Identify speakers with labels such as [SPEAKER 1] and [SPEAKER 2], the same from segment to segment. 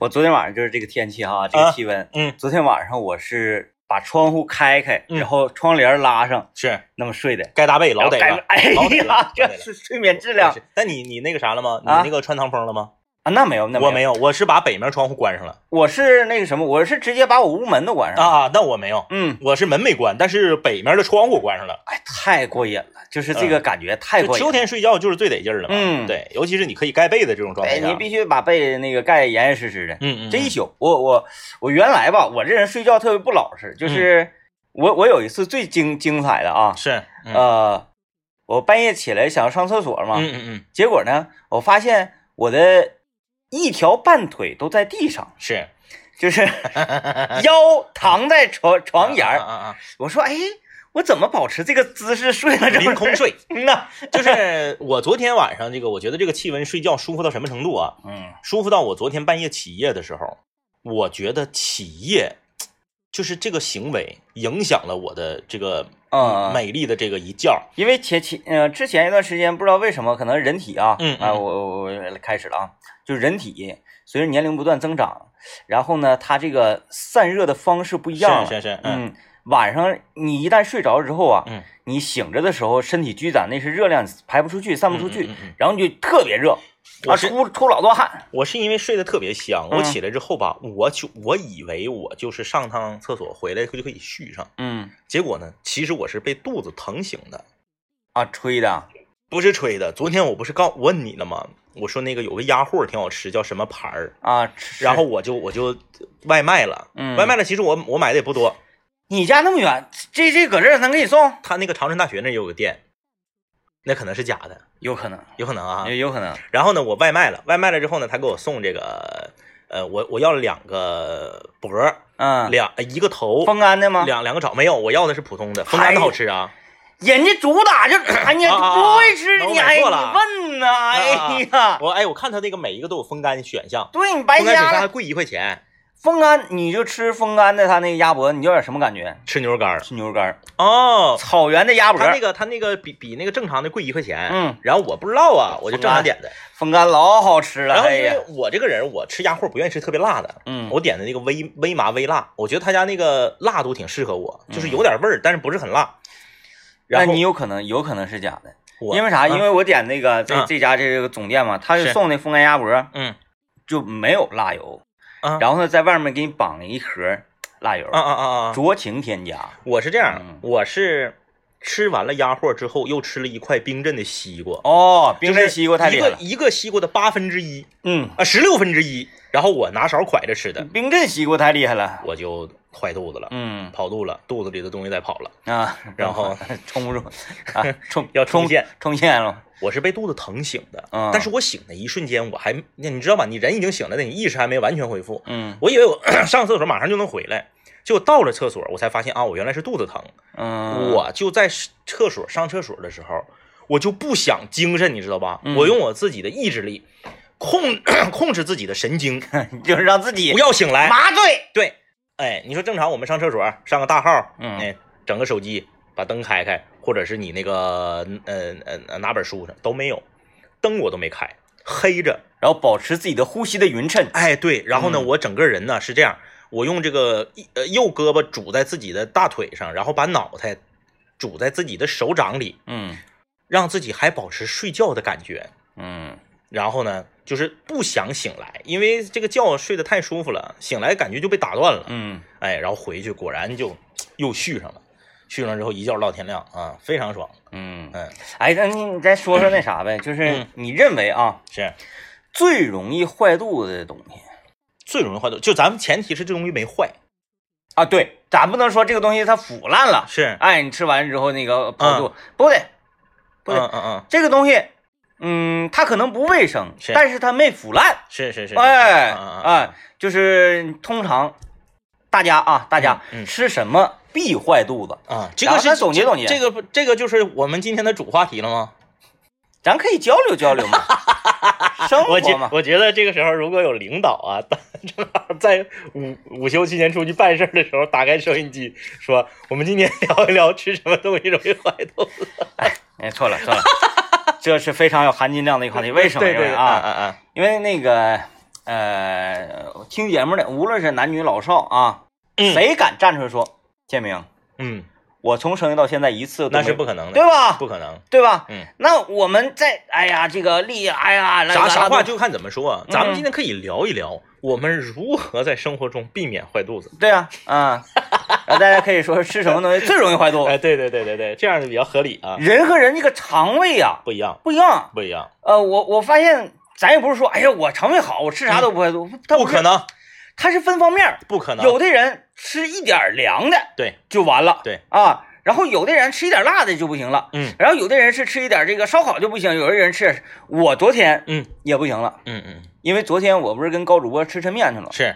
[SPEAKER 1] 我昨天晚上就是这个天气哈，这个气温，
[SPEAKER 2] 嗯，
[SPEAKER 1] 昨天晚上我是把窗户开开，
[SPEAKER 2] 嗯
[SPEAKER 1] 然后窗帘拉上，
[SPEAKER 2] 是
[SPEAKER 1] 那么睡的。
[SPEAKER 2] 该打被老得
[SPEAKER 1] 然后
[SPEAKER 2] 了
[SPEAKER 1] 感觉，哎
[SPEAKER 2] 老得了
[SPEAKER 1] 呀，，
[SPEAKER 2] 老
[SPEAKER 1] 这
[SPEAKER 2] 得了
[SPEAKER 1] 是睡眠质量
[SPEAKER 2] 是那你你那个啥了吗？你
[SPEAKER 1] 啊
[SPEAKER 2] 那个穿堂风了吗？
[SPEAKER 1] 啊！那没有，那
[SPEAKER 2] 我
[SPEAKER 1] 没
[SPEAKER 2] 没
[SPEAKER 1] 有，
[SPEAKER 2] 有，我是把北面窗户关上了
[SPEAKER 1] 我是那个什么，我是直接把我屋门都关上。
[SPEAKER 2] 啊。那我没有，
[SPEAKER 1] 嗯，
[SPEAKER 2] 我是门没关，但是北面的窗户关上了。
[SPEAKER 1] 哎，太过瘾了，就是这个感觉太
[SPEAKER 2] 嗯就
[SPEAKER 1] 过瘾。哎
[SPEAKER 2] 秋天睡觉就是最得劲儿了嘛。
[SPEAKER 1] 嗯
[SPEAKER 2] 对，尤其是你可以盖被的这种状
[SPEAKER 1] 哎，
[SPEAKER 2] 态下，
[SPEAKER 1] 你必须把被那个盖严严实实的。
[SPEAKER 2] 嗯嗯，
[SPEAKER 1] 这一宿，我我我原来吧，我这人睡觉特别不老实，
[SPEAKER 2] 嗯
[SPEAKER 1] 就是我我有一次最精精彩的啊，
[SPEAKER 2] 是，嗯
[SPEAKER 1] 呃，我半夜起来想要上厕所嘛，
[SPEAKER 2] 嗯嗯嗯，
[SPEAKER 1] 结果呢，我发现我的一条半腿都在地上，
[SPEAKER 2] 是
[SPEAKER 1] 就是 腰躺在床床沿
[SPEAKER 2] 啊
[SPEAKER 1] 儿。
[SPEAKER 2] 啊啊，
[SPEAKER 1] 我说，哎，我怎么保持这个姿势睡了这么
[SPEAKER 2] 凌空睡。
[SPEAKER 1] 嗯呐？
[SPEAKER 2] 就是我昨天晚上这个，我觉得这个气温睡觉舒服到什么程度啊？
[SPEAKER 1] 嗯
[SPEAKER 2] 舒服到我昨天半夜起夜的时候，我觉得起夜就是这个行为影响了我的这个
[SPEAKER 1] 嗯，
[SPEAKER 2] 美丽的这个一觉。
[SPEAKER 1] 因为前前呃之前一段时间不知道为什么，可能人体啊，
[SPEAKER 2] 嗯嗯
[SPEAKER 1] 啊，我我我开始了啊，就是人体随着年龄不断增长，然后呢，它这个散热的方式不一样了，
[SPEAKER 2] 是是 是嗯
[SPEAKER 1] 嗯。晚上你一旦睡着之后啊，
[SPEAKER 2] 嗯，
[SPEAKER 1] 你醒着的时候，身体积攒那是热量排不出去、散不出去，
[SPEAKER 2] 嗯嗯嗯嗯
[SPEAKER 1] 然后你就特别热，
[SPEAKER 2] 我
[SPEAKER 1] 啊，
[SPEAKER 2] 是
[SPEAKER 1] 出出老多汗。
[SPEAKER 2] 我是因为睡得特别香，
[SPEAKER 1] 嗯
[SPEAKER 2] 我起来之后吧，我就我以为我就是上趟厕所回来就可以续上，
[SPEAKER 1] 嗯
[SPEAKER 2] 结果呢，其实我是被肚子疼醒的。
[SPEAKER 1] 啊，吹的，
[SPEAKER 2] 不是吹的，昨天我不是告问你了吗？我说那个有个鸭货挺好吃，叫什么牌儿？
[SPEAKER 1] 啊，
[SPEAKER 2] 然后我就我就外卖了，
[SPEAKER 1] 嗯
[SPEAKER 2] 外卖了。其实我我买的也不多，
[SPEAKER 1] 你家那么远，这这搁这儿能给你送？
[SPEAKER 2] 他那个长春大学那儿也有个店，那可能是假的，
[SPEAKER 1] 有可能，
[SPEAKER 2] 有可能啊
[SPEAKER 1] 也。有可能。
[SPEAKER 2] 然后呢，我外卖了，外卖了之后呢，他给我送这个，呃，我我要了两个脖儿，
[SPEAKER 1] 嗯，
[SPEAKER 2] 两呃一个头，
[SPEAKER 1] 风干的吗？哎
[SPEAKER 2] 两两个爪，没有，我要的是普通的，风干的好吃啊。
[SPEAKER 1] 人家主打 就，哎呀，
[SPEAKER 2] 啊啊啊
[SPEAKER 1] 不会吃
[SPEAKER 2] 那我
[SPEAKER 1] 你
[SPEAKER 2] 买
[SPEAKER 1] 还你
[SPEAKER 2] 错了啊
[SPEAKER 1] 问呢？哎呀，
[SPEAKER 2] 我哎，我看他那个每一个都有风干选项，
[SPEAKER 1] 对哎你白
[SPEAKER 2] 风干选项
[SPEAKER 1] 瞎
[SPEAKER 2] 还
[SPEAKER 1] 了。
[SPEAKER 2] 贵一块钱，
[SPEAKER 1] 风干你就吃风干的，他那个鸭脖，你有点什么感觉？
[SPEAKER 2] 吃牛肉干儿
[SPEAKER 1] 吃牛肉干儿，
[SPEAKER 2] 哦。
[SPEAKER 1] 草原的鸭脖，
[SPEAKER 2] 他那个他那个比比那个正常的贵一块钱，
[SPEAKER 1] 嗯，
[SPEAKER 2] 然后我不知道啊，我就正常点的，
[SPEAKER 1] 风干老好吃了。
[SPEAKER 2] 然后
[SPEAKER 1] 哎
[SPEAKER 2] 因
[SPEAKER 1] 呀
[SPEAKER 2] 为，我这个人我吃鸭货不愿意吃特别辣的，
[SPEAKER 1] 嗯，
[SPEAKER 2] 我点的那个微微麻微辣，我觉得他家那个辣度挺适合我，就是有点味儿，但是不是很辣。
[SPEAKER 1] 那
[SPEAKER 2] 然后
[SPEAKER 1] 你有可能有可能是假的，
[SPEAKER 2] 我
[SPEAKER 1] 因为啥？
[SPEAKER 2] 嗯
[SPEAKER 1] 因为我点那个这
[SPEAKER 2] 嗯
[SPEAKER 1] 这家这个总店嘛，他
[SPEAKER 2] 是
[SPEAKER 1] 送那风干鸭脖
[SPEAKER 2] 嗯
[SPEAKER 1] 就没有辣油
[SPEAKER 2] 嗯，
[SPEAKER 1] 然后呢，在外面给你绑了一盒辣油
[SPEAKER 2] 啊，啊啊啊，
[SPEAKER 1] 酌情添加。
[SPEAKER 2] 我是这样
[SPEAKER 1] 嗯，
[SPEAKER 2] 我是吃完了鸭货之后又吃了一块冰镇的西瓜，
[SPEAKER 1] 哦，
[SPEAKER 2] 就
[SPEAKER 1] 冰
[SPEAKER 2] 是
[SPEAKER 1] 镇西瓜太厉害
[SPEAKER 2] 一
[SPEAKER 1] 了
[SPEAKER 2] 个。一个西瓜的八分之一
[SPEAKER 1] 嗯，
[SPEAKER 2] 啊十六分之一，然后我拿勺蒯着吃的，
[SPEAKER 1] 冰镇西瓜太厉害了。
[SPEAKER 2] 我就坏肚子了，
[SPEAKER 1] 嗯。
[SPEAKER 2] 跑肚了，肚子里的东西在跑了。
[SPEAKER 1] 啊，
[SPEAKER 2] 然后
[SPEAKER 1] 冲 不住啊，冲
[SPEAKER 2] 要
[SPEAKER 1] 冲
[SPEAKER 2] 冲线，
[SPEAKER 1] 冲线了。
[SPEAKER 2] 我是被肚子疼醒的，
[SPEAKER 1] 嗯
[SPEAKER 2] 但是我醒的一瞬间，我还那你知道吧？你人已经醒了，但你意识还没完全恢复。
[SPEAKER 1] 嗯
[SPEAKER 2] 我以为我 上厕所马上就能回来，结果到了厕所，我才发现啊，我原来是肚子疼。
[SPEAKER 1] 嗯，
[SPEAKER 2] 我就在厕所上厕所的时候，我就不想精神，你知道吧？
[SPEAKER 1] 嗯
[SPEAKER 2] 我用我自己的意志力控 控制自己的神经，
[SPEAKER 1] 就是让自己
[SPEAKER 2] 不要醒来。
[SPEAKER 1] 麻醉。
[SPEAKER 2] 对，哎，你说正常我们上厕所啊上个大号，
[SPEAKER 1] 嗯
[SPEAKER 2] 哎，整个手机把灯开开，或者是你那个呃呃呃拿本书上都没有，灯我都没开，黑着。
[SPEAKER 1] 然后保持自己的呼吸的匀称，
[SPEAKER 2] 哎，对，然后呢，
[SPEAKER 1] 嗯
[SPEAKER 2] 我整个人呢是这样，我用这个一呃右胳膊拄在自己的大腿上，然后把脑袋拄在自己的手掌里，
[SPEAKER 1] 嗯
[SPEAKER 2] 让自己还保持睡觉的感觉。
[SPEAKER 1] 嗯，
[SPEAKER 2] 然后呢，就是不想醒来，因为这个觉睡得太舒服了，醒来感觉就被打断了。
[SPEAKER 1] 嗯，
[SPEAKER 2] 哎，然后回去果然就又续上了，续上之后一觉到天亮啊，非常爽。
[SPEAKER 1] 嗯，
[SPEAKER 2] 嗯，
[SPEAKER 1] 哎，那你再说说那啥呗，就是
[SPEAKER 2] 嗯
[SPEAKER 1] 你认为啊，
[SPEAKER 2] 是
[SPEAKER 1] 最容易坏肚子的东西
[SPEAKER 2] 最容易坏肚，就咱们前提是这东西没坏，
[SPEAKER 1] 啊？对，咱不能说这个东西它腐烂了，
[SPEAKER 2] 是，
[SPEAKER 1] 哎，你吃完之后那个跑肚，不对，不
[SPEAKER 2] 嗯
[SPEAKER 1] 对，
[SPEAKER 2] 嗯嗯，
[SPEAKER 1] 这个东西，嗯，它可能不卫生，
[SPEAKER 2] 是
[SPEAKER 1] 但是它没腐烂，
[SPEAKER 2] 是是是，
[SPEAKER 1] 哎
[SPEAKER 2] 嗯嗯嗯
[SPEAKER 1] 哎，就是通常大家啊，大家
[SPEAKER 2] 嗯嗯
[SPEAKER 1] 吃什么必坏肚子，
[SPEAKER 2] 啊，这
[SPEAKER 1] 然
[SPEAKER 2] 个
[SPEAKER 1] 后咱
[SPEAKER 2] 是
[SPEAKER 1] 总结总结
[SPEAKER 2] 这个不这个就是我们今天的主话题了吗？
[SPEAKER 1] 咱可以交流交 流嘛，生
[SPEAKER 2] 我
[SPEAKER 1] 活
[SPEAKER 2] 觉
[SPEAKER 1] 嘛，
[SPEAKER 2] 我觉得这个时候如果有领导啊，正好在午午休期间出去办事儿的时候，打开收音机说，我们今天聊一聊吃什么东西容易坏肚子。
[SPEAKER 1] 哎，错了错了，这是非常有含金量的一个话题，为什么？
[SPEAKER 2] 对啊
[SPEAKER 1] 因为
[SPEAKER 2] 对
[SPEAKER 1] 啊，
[SPEAKER 2] 嗯嗯
[SPEAKER 1] 因为那个呃，听节目的，无论是男女老少啊，
[SPEAKER 2] 嗯
[SPEAKER 1] 谁敢站出来说建明，
[SPEAKER 2] 嗯，
[SPEAKER 1] 我从生下到现在一次都
[SPEAKER 2] 那
[SPEAKER 1] 没
[SPEAKER 2] 是不可能的，
[SPEAKER 1] 对吧？
[SPEAKER 2] 不可能。
[SPEAKER 1] 对吧？
[SPEAKER 2] 嗯，
[SPEAKER 1] 那我们在哎呀，这个利益，哎呀，来
[SPEAKER 2] 啥啥话
[SPEAKER 1] 就
[SPEAKER 2] 就看怎么说啊。咱们今天可以聊一聊，我们如何在生活中避免坏肚子。
[SPEAKER 1] 对啊，啊，然后大家可以说吃什么东西最容易坏肚子？
[SPEAKER 2] 哎，对对对对对，这样就比较合理啊，
[SPEAKER 1] 人和人这个肠胃呀、
[SPEAKER 2] 不一样，
[SPEAKER 1] 不一样。
[SPEAKER 2] 不一样，
[SPEAKER 1] 呃，我我发现咱也不是说，哎呀，我肠胃好，我吃啥都不会肚子，它
[SPEAKER 2] 嗯不可
[SPEAKER 1] 是，
[SPEAKER 2] 能，
[SPEAKER 1] 它是分方面儿。
[SPEAKER 2] 不可能。
[SPEAKER 1] 有的人吃一点儿凉的
[SPEAKER 2] 对，
[SPEAKER 1] 就完了，
[SPEAKER 2] 对
[SPEAKER 1] 啊，然后有的人吃一点辣的就不行了，
[SPEAKER 2] 嗯
[SPEAKER 1] 然后有的人是吃一点这个烧烤就不行，有的人吃，我昨天
[SPEAKER 2] 嗯
[SPEAKER 1] 也不行了，
[SPEAKER 2] 嗯嗯，
[SPEAKER 1] 因为昨天我不是跟高主播吃抻面去了，
[SPEAKER 2] 是，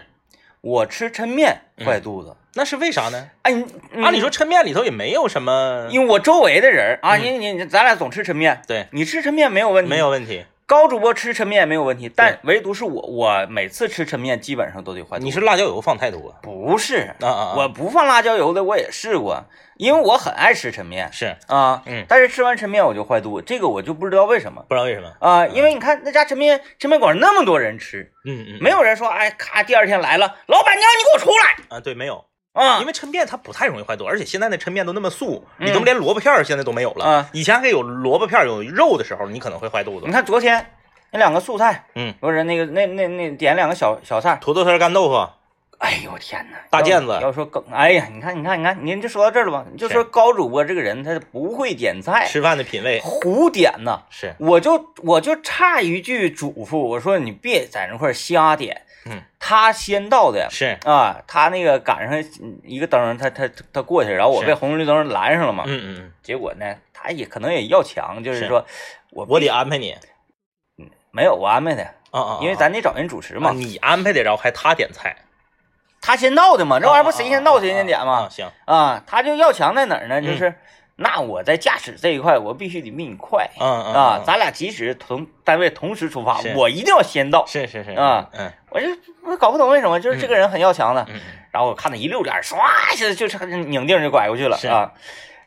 [SPEAKER 1] 我吃抻面坏肚子。
[SPEAKER 2] 那是为啥呢？
[SPEAKER 1] 哎，你
[SPEAKER 2] 嗯按理，说抻面里头也没有什么
[SPEAKER 1] 你，因为我周围的人啊，
[SPEAKER 2] 嗯
[SPEAKER 1] 你你你咱俩总吃抻面，
[SPEAKER 2] 对，
[SPEAKER 1] 你吃抻面没有问题，
[SPEAKER 2] 没有问题。
[SPEAKER 1] 高主播吃抻面没有问题，但唯独是我，我每次吃抻面基本上都得坏肚子。
[SPEAKER 2] 你是辣椒油放太多啊
[SPEAKER 1] 不是？
[SPEAKER 2] 啊
[SPEAKER 1] 嗯
[SPEAKER 2] 啊！
[SPEAKER 1] 我不放辣椒油的，我也试过，因为我很爱吃抻面
[SPEAKER 2] 是
[SPEAKER 1] 啊。
[SPEAKER 2] 嗯
[SPEAKER 1] 但是吃完抻面我就坏肚子，这个我就不知道为什么
[SPEAKER 2] 不知道为什么，
[SPEAKER 1] 啊、因为你看那家抻面抻面馆那么多人吃，
[SPEAKER 2] 嗯嗯，
[SPEAKER 1] 没有人说哎咔，第二天来了，老板娘你给我出来
[SPEAKER 2] 啊，对，没有，
[SPEAKER 1] 啊
[SPEAKER 2] 因！为抻面它不太容易坏肚，而且现在的抻面都那么素，
[SPEAKER 1] 嗯
[SPEAKER 2] 你都连萝卜片儿现在都没有了
[SPEAKER 1] 啊。嗯
[SPEAKER 2] 以前还有萝卜片儿有肉的时候，你可能会坏肚子
[SPEAKER 1] 你。看昨天那两个素菜，
[SPEAKER 2] 嗯，
[SPEAKER 1] 不是那个那那那点两个小小菜儿，
[SPEAKER 2] 土豆丝儿干豆腐，
[SPEAKER 1] 哎呦我天哪！
[SPEAKER 2] 大
[SPEAKER 1] 要
[SPEAKER 2] 毽子
[SPEAKER 1] 要说高，哎呀，你看你看你看，您就说到这儿了吧？你就是说高主播这个人，他不会点菜，
[SPEAKER 2] 吃饭的品味
[SPEAKER 1] 胡点呐。
[SPEAKER 2] 是，
[SPEAKER 1] 我就我就差一句嘱咐，我说你别在那块儿瞎点，
[SPEAKER 2] 嗯，
[SPEAKER 1] 他先到的
[SPEAKER 2] 是，
[SPEAKER 1] 啊，他那个赶上一个灯，他他他过去，然后我
[SPEAKER 2] 是
[SPEAKER 1] 被红绿灯拦上了嘛，
[SPEAKER 2] 嗯嗯，嗯，
[SPEAKER 1] 结果呢，他也可能也要强，就是
[SPEAKER 2] 是
[SPEAKER 1] 说我
[SPEAKER 2] 我
[SPEAKER 1] 必
[SPEAKER 2] 得安排你啊
[SPEAKER 1] 没有我安排的，
[SPEAKER 2] 啊啊，
[SPEAKER 1] 因为咱得找人主持嘛，
[SPEAKER 2] 嘛，你安排得着，还他点菜，
[SPEAKER 1] 他先到的嘛，这玩意儿不谁先到谁先点
[SPEAKER 2] 啊啊啊啊嗯
[SPEAKER 1] 嘛，
[SPEAKER 2] 行，
[SPEAKER 1] 啊，他就要强在哪儿呢？就是、那我在驾驶这一块，我必须得比你快、
[SPEAKER 2] 嗯嗯
[SPEAKER 1] 啊，
[SPEAKER 2] 嗯
[SPEAKER 1] 咱俩即使同单位同时出发
[SPEAKER 2] 是，
[SPEAKER 1] 我一定要先到。
[SPEAKER 2] 是是是
[SPEAKER 1] 啊，
[SPEAKER 2] 嗯
[SPEAKER 1] 我就我搞不懂为什么，就是这个人很要强的。
[SPEAKER 2] 嗯嗯
[SPEAKER 1] 然后我看他一溜脸，唰一下就差点拧腚就拐过去了
[SPEAKER 2] 是
[SPEAKER 1] 啊。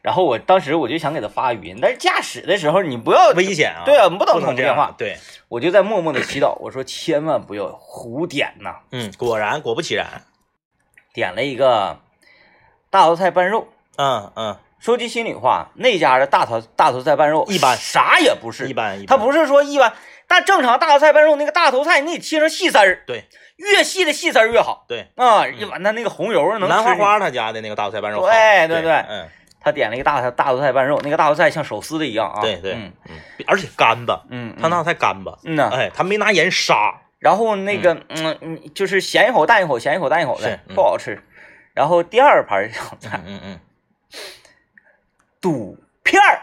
[SPEAKER 1] 然后我当时我就想给他发语音，但是驾驶的时候你不要
[SPEAKER 2] 嗯，，危险啊，
[SPEAKER 1] 对啊，不能
[SPEAKER 2] 不
[SPEAKER 1] 通
[SPEAKER 2] 能这
[SPEAKER 1] 电
[SPEAKER 2] 样啊
[SPEAKER 1] 话，，
[SPEAKER 2] 对，
[SPEAKER 1] 我就在默默的祈祷，我说千万不要胡点呐、
[SPEAKER 2] 嗯，果然果不其然，
[SPEAKER 1] 点了一个大头菜拌肉。
[SPEAKER 2] 嗯嗯，
[SPEAKER 1] 说句心里话，那家的大头大头菜拌肉
[SPEAKER 2] 一般
[SPEAKER 1] 啥也不是，
[SPEAKER 2] 一般一般，
[SPEAKER 1] 它不是说一般，但正常大头菜拌肉那个大头菜你得切成细丝儿，
[SPEAKER 2] 对
[SPEAKER 1] 越细的细丝儿越好
[SPEAKER 2] 对，
[SPEAKER 1] 啊。一碗它那个红油能
[SPEAKER 2] 南花
[SPEAKER 1] 吃进
[SPEAKER 2] 花他家的那个大头菜拌肉好，
[SPEAKER 1] 对对对
[SPEAKER 2] 嗯
[SPEAKER 1] 他点了一个大头大头菜拌肉，那个大头菜像手撕的一样啊。
[SPEAKER 2] 对对，
[SPEAKER 1] 嗯
[SPEAKER 2] 嗯，而且干巴，
[SPEAKER 1] 嗯，
[SPEAKER 2] 他那
[SPEAKER 1] 嗯
[SPEAKER 2] 道菜干巴，
[SPEAKER 1] 嗯呐，
[SPEAKER 2] 哎，他没拿盐杀，
[SPEAKER 1] 然后那个嗯嗯，就是咸一口淡一口，咸一口淡一口的
[SPEAKER 2] 是，嗯
[SPEAKER 1] 不好吃。然后第二盘小菜
[SPEAKER 2] 嗯嗯嗯，
[SPEAKER 1] 肚片儿，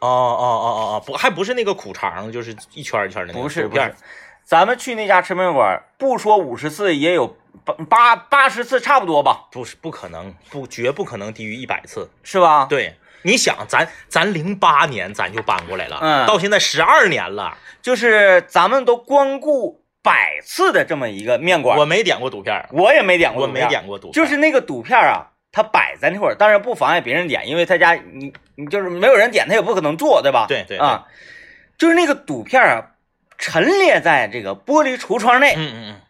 [SPEAKER 2] 哦哦哦哦哦，不还不是那个苦肠，就是一圈儿一圈儿的那个
[SPEAKER 1] 不是
[SPEAKER 2] 薯
[SPEAKER 1] 不
[SPEAKER 2] 片
[SPEAKER 1] 是
[SPEAKER 2] 儿，，
[SPEAKER 1] 咱们去那家吃面馆，不说五十次也有八八八十次差不多吧，
[SPEAKER 2] 不是不可能，不绝不可能低于一百次。
[SPEAKER 1] 是吧？
[SPEAKER 2] 对，你想，咱咱零八年咱就搬过来了，
[SPEAKER 1] 嗯
[SPEAKER 2] 到现在十二年了，
[SPEAKER 1] 就是咱们都光顾百次的这么一个面馆，
[SPEAKER 2] 我
[SPEAKER 1] 我
[SPEAKER 2] 没点过赌片儿，
[SPEAKER 1] 也没点过，
[SPEAKER 2] 我没，点过赌片
[SPEAKER 1] 就
[SPEAKER 2] 儿，
[SPEAKER 1] 是那个赌片啊，它摆在那会儿，当然不妨碍别人点，因为他家你你就是没有人点，他也不可能做，对吧？
[SPEAKER 2] 对对
[SPEAKER 1] 啊，就是那个赌片啊，陈列在这个玻璃橱窗内，
[SPEAKER 2] 嗯嗯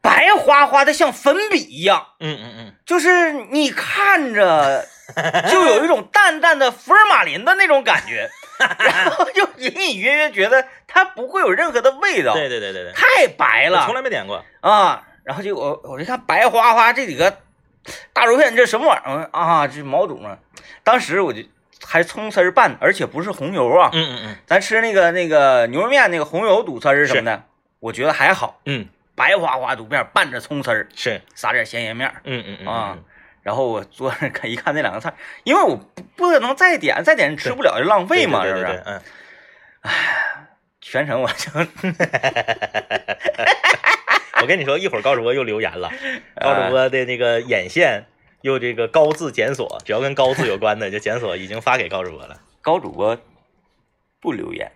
[SPEAKER 1] 白花花的像粉笔一样。
[SPEAKER 2] 嗯嗯嗯
[SPEAKER 1] 就是你看 着就有一种淡淡的福尔马林的那种感 觉，然后就隐隐约约觉得它不会有任何的味道，
[SPEAKER 2] 嗯，对对对对对，
[SPEAKER 1] 太白
[SPEAKER 2] 我
[SPEAKER 1] 了
[SPEAKER 2] 从来没点过，
[SPEAKER 1] 啊。然后就我我一看白花花这几个大肉片，这什么玩意儿啊？这毛肚啊！当时我就还葱丝儿拌，而且不是红油啊，
[SPEAKER 2] 嗯嗯嗯
[SPEAKER 1] 咱吃那个那个牛肉面那个红油肚丝儿什么的，我觉得还好，
[SPEAKER 2] 嗯
[SPEAKER 1] 白花花肚片拌着葱丝儿，
[SPEAKER 2] 是，
[SPEAKER 1] 撒点咸盐面儿。
[SPEAKER 2] 嗯嗯嗯
[SPEAKER 1] 啊
[SPEAKER 2] 嗯，
[SPEAKER 1] 然后我坐那儿看一看那两个菜，因为我不不可能再点，再点吃不了就浪费嘛，
[SPEAKER 2] 对
[SPEAKER 1] 是
[SPEAKER 2] 对
[SPEAKER 1] 不
[SPEAKER 2] 对对
[SPEAKER 1] 是？
[SPEAKER 2] 对嗯，
[SPEAKER 1] 全程我 就
[SPEAKER 2] 我跟你说，一会儿高主播又留言 了，高主播的那个眼线。又这个高字检索，只要跟高字有关的就检索，已经发给高主播 了。
[SPEAKER 1] 高主播不留言，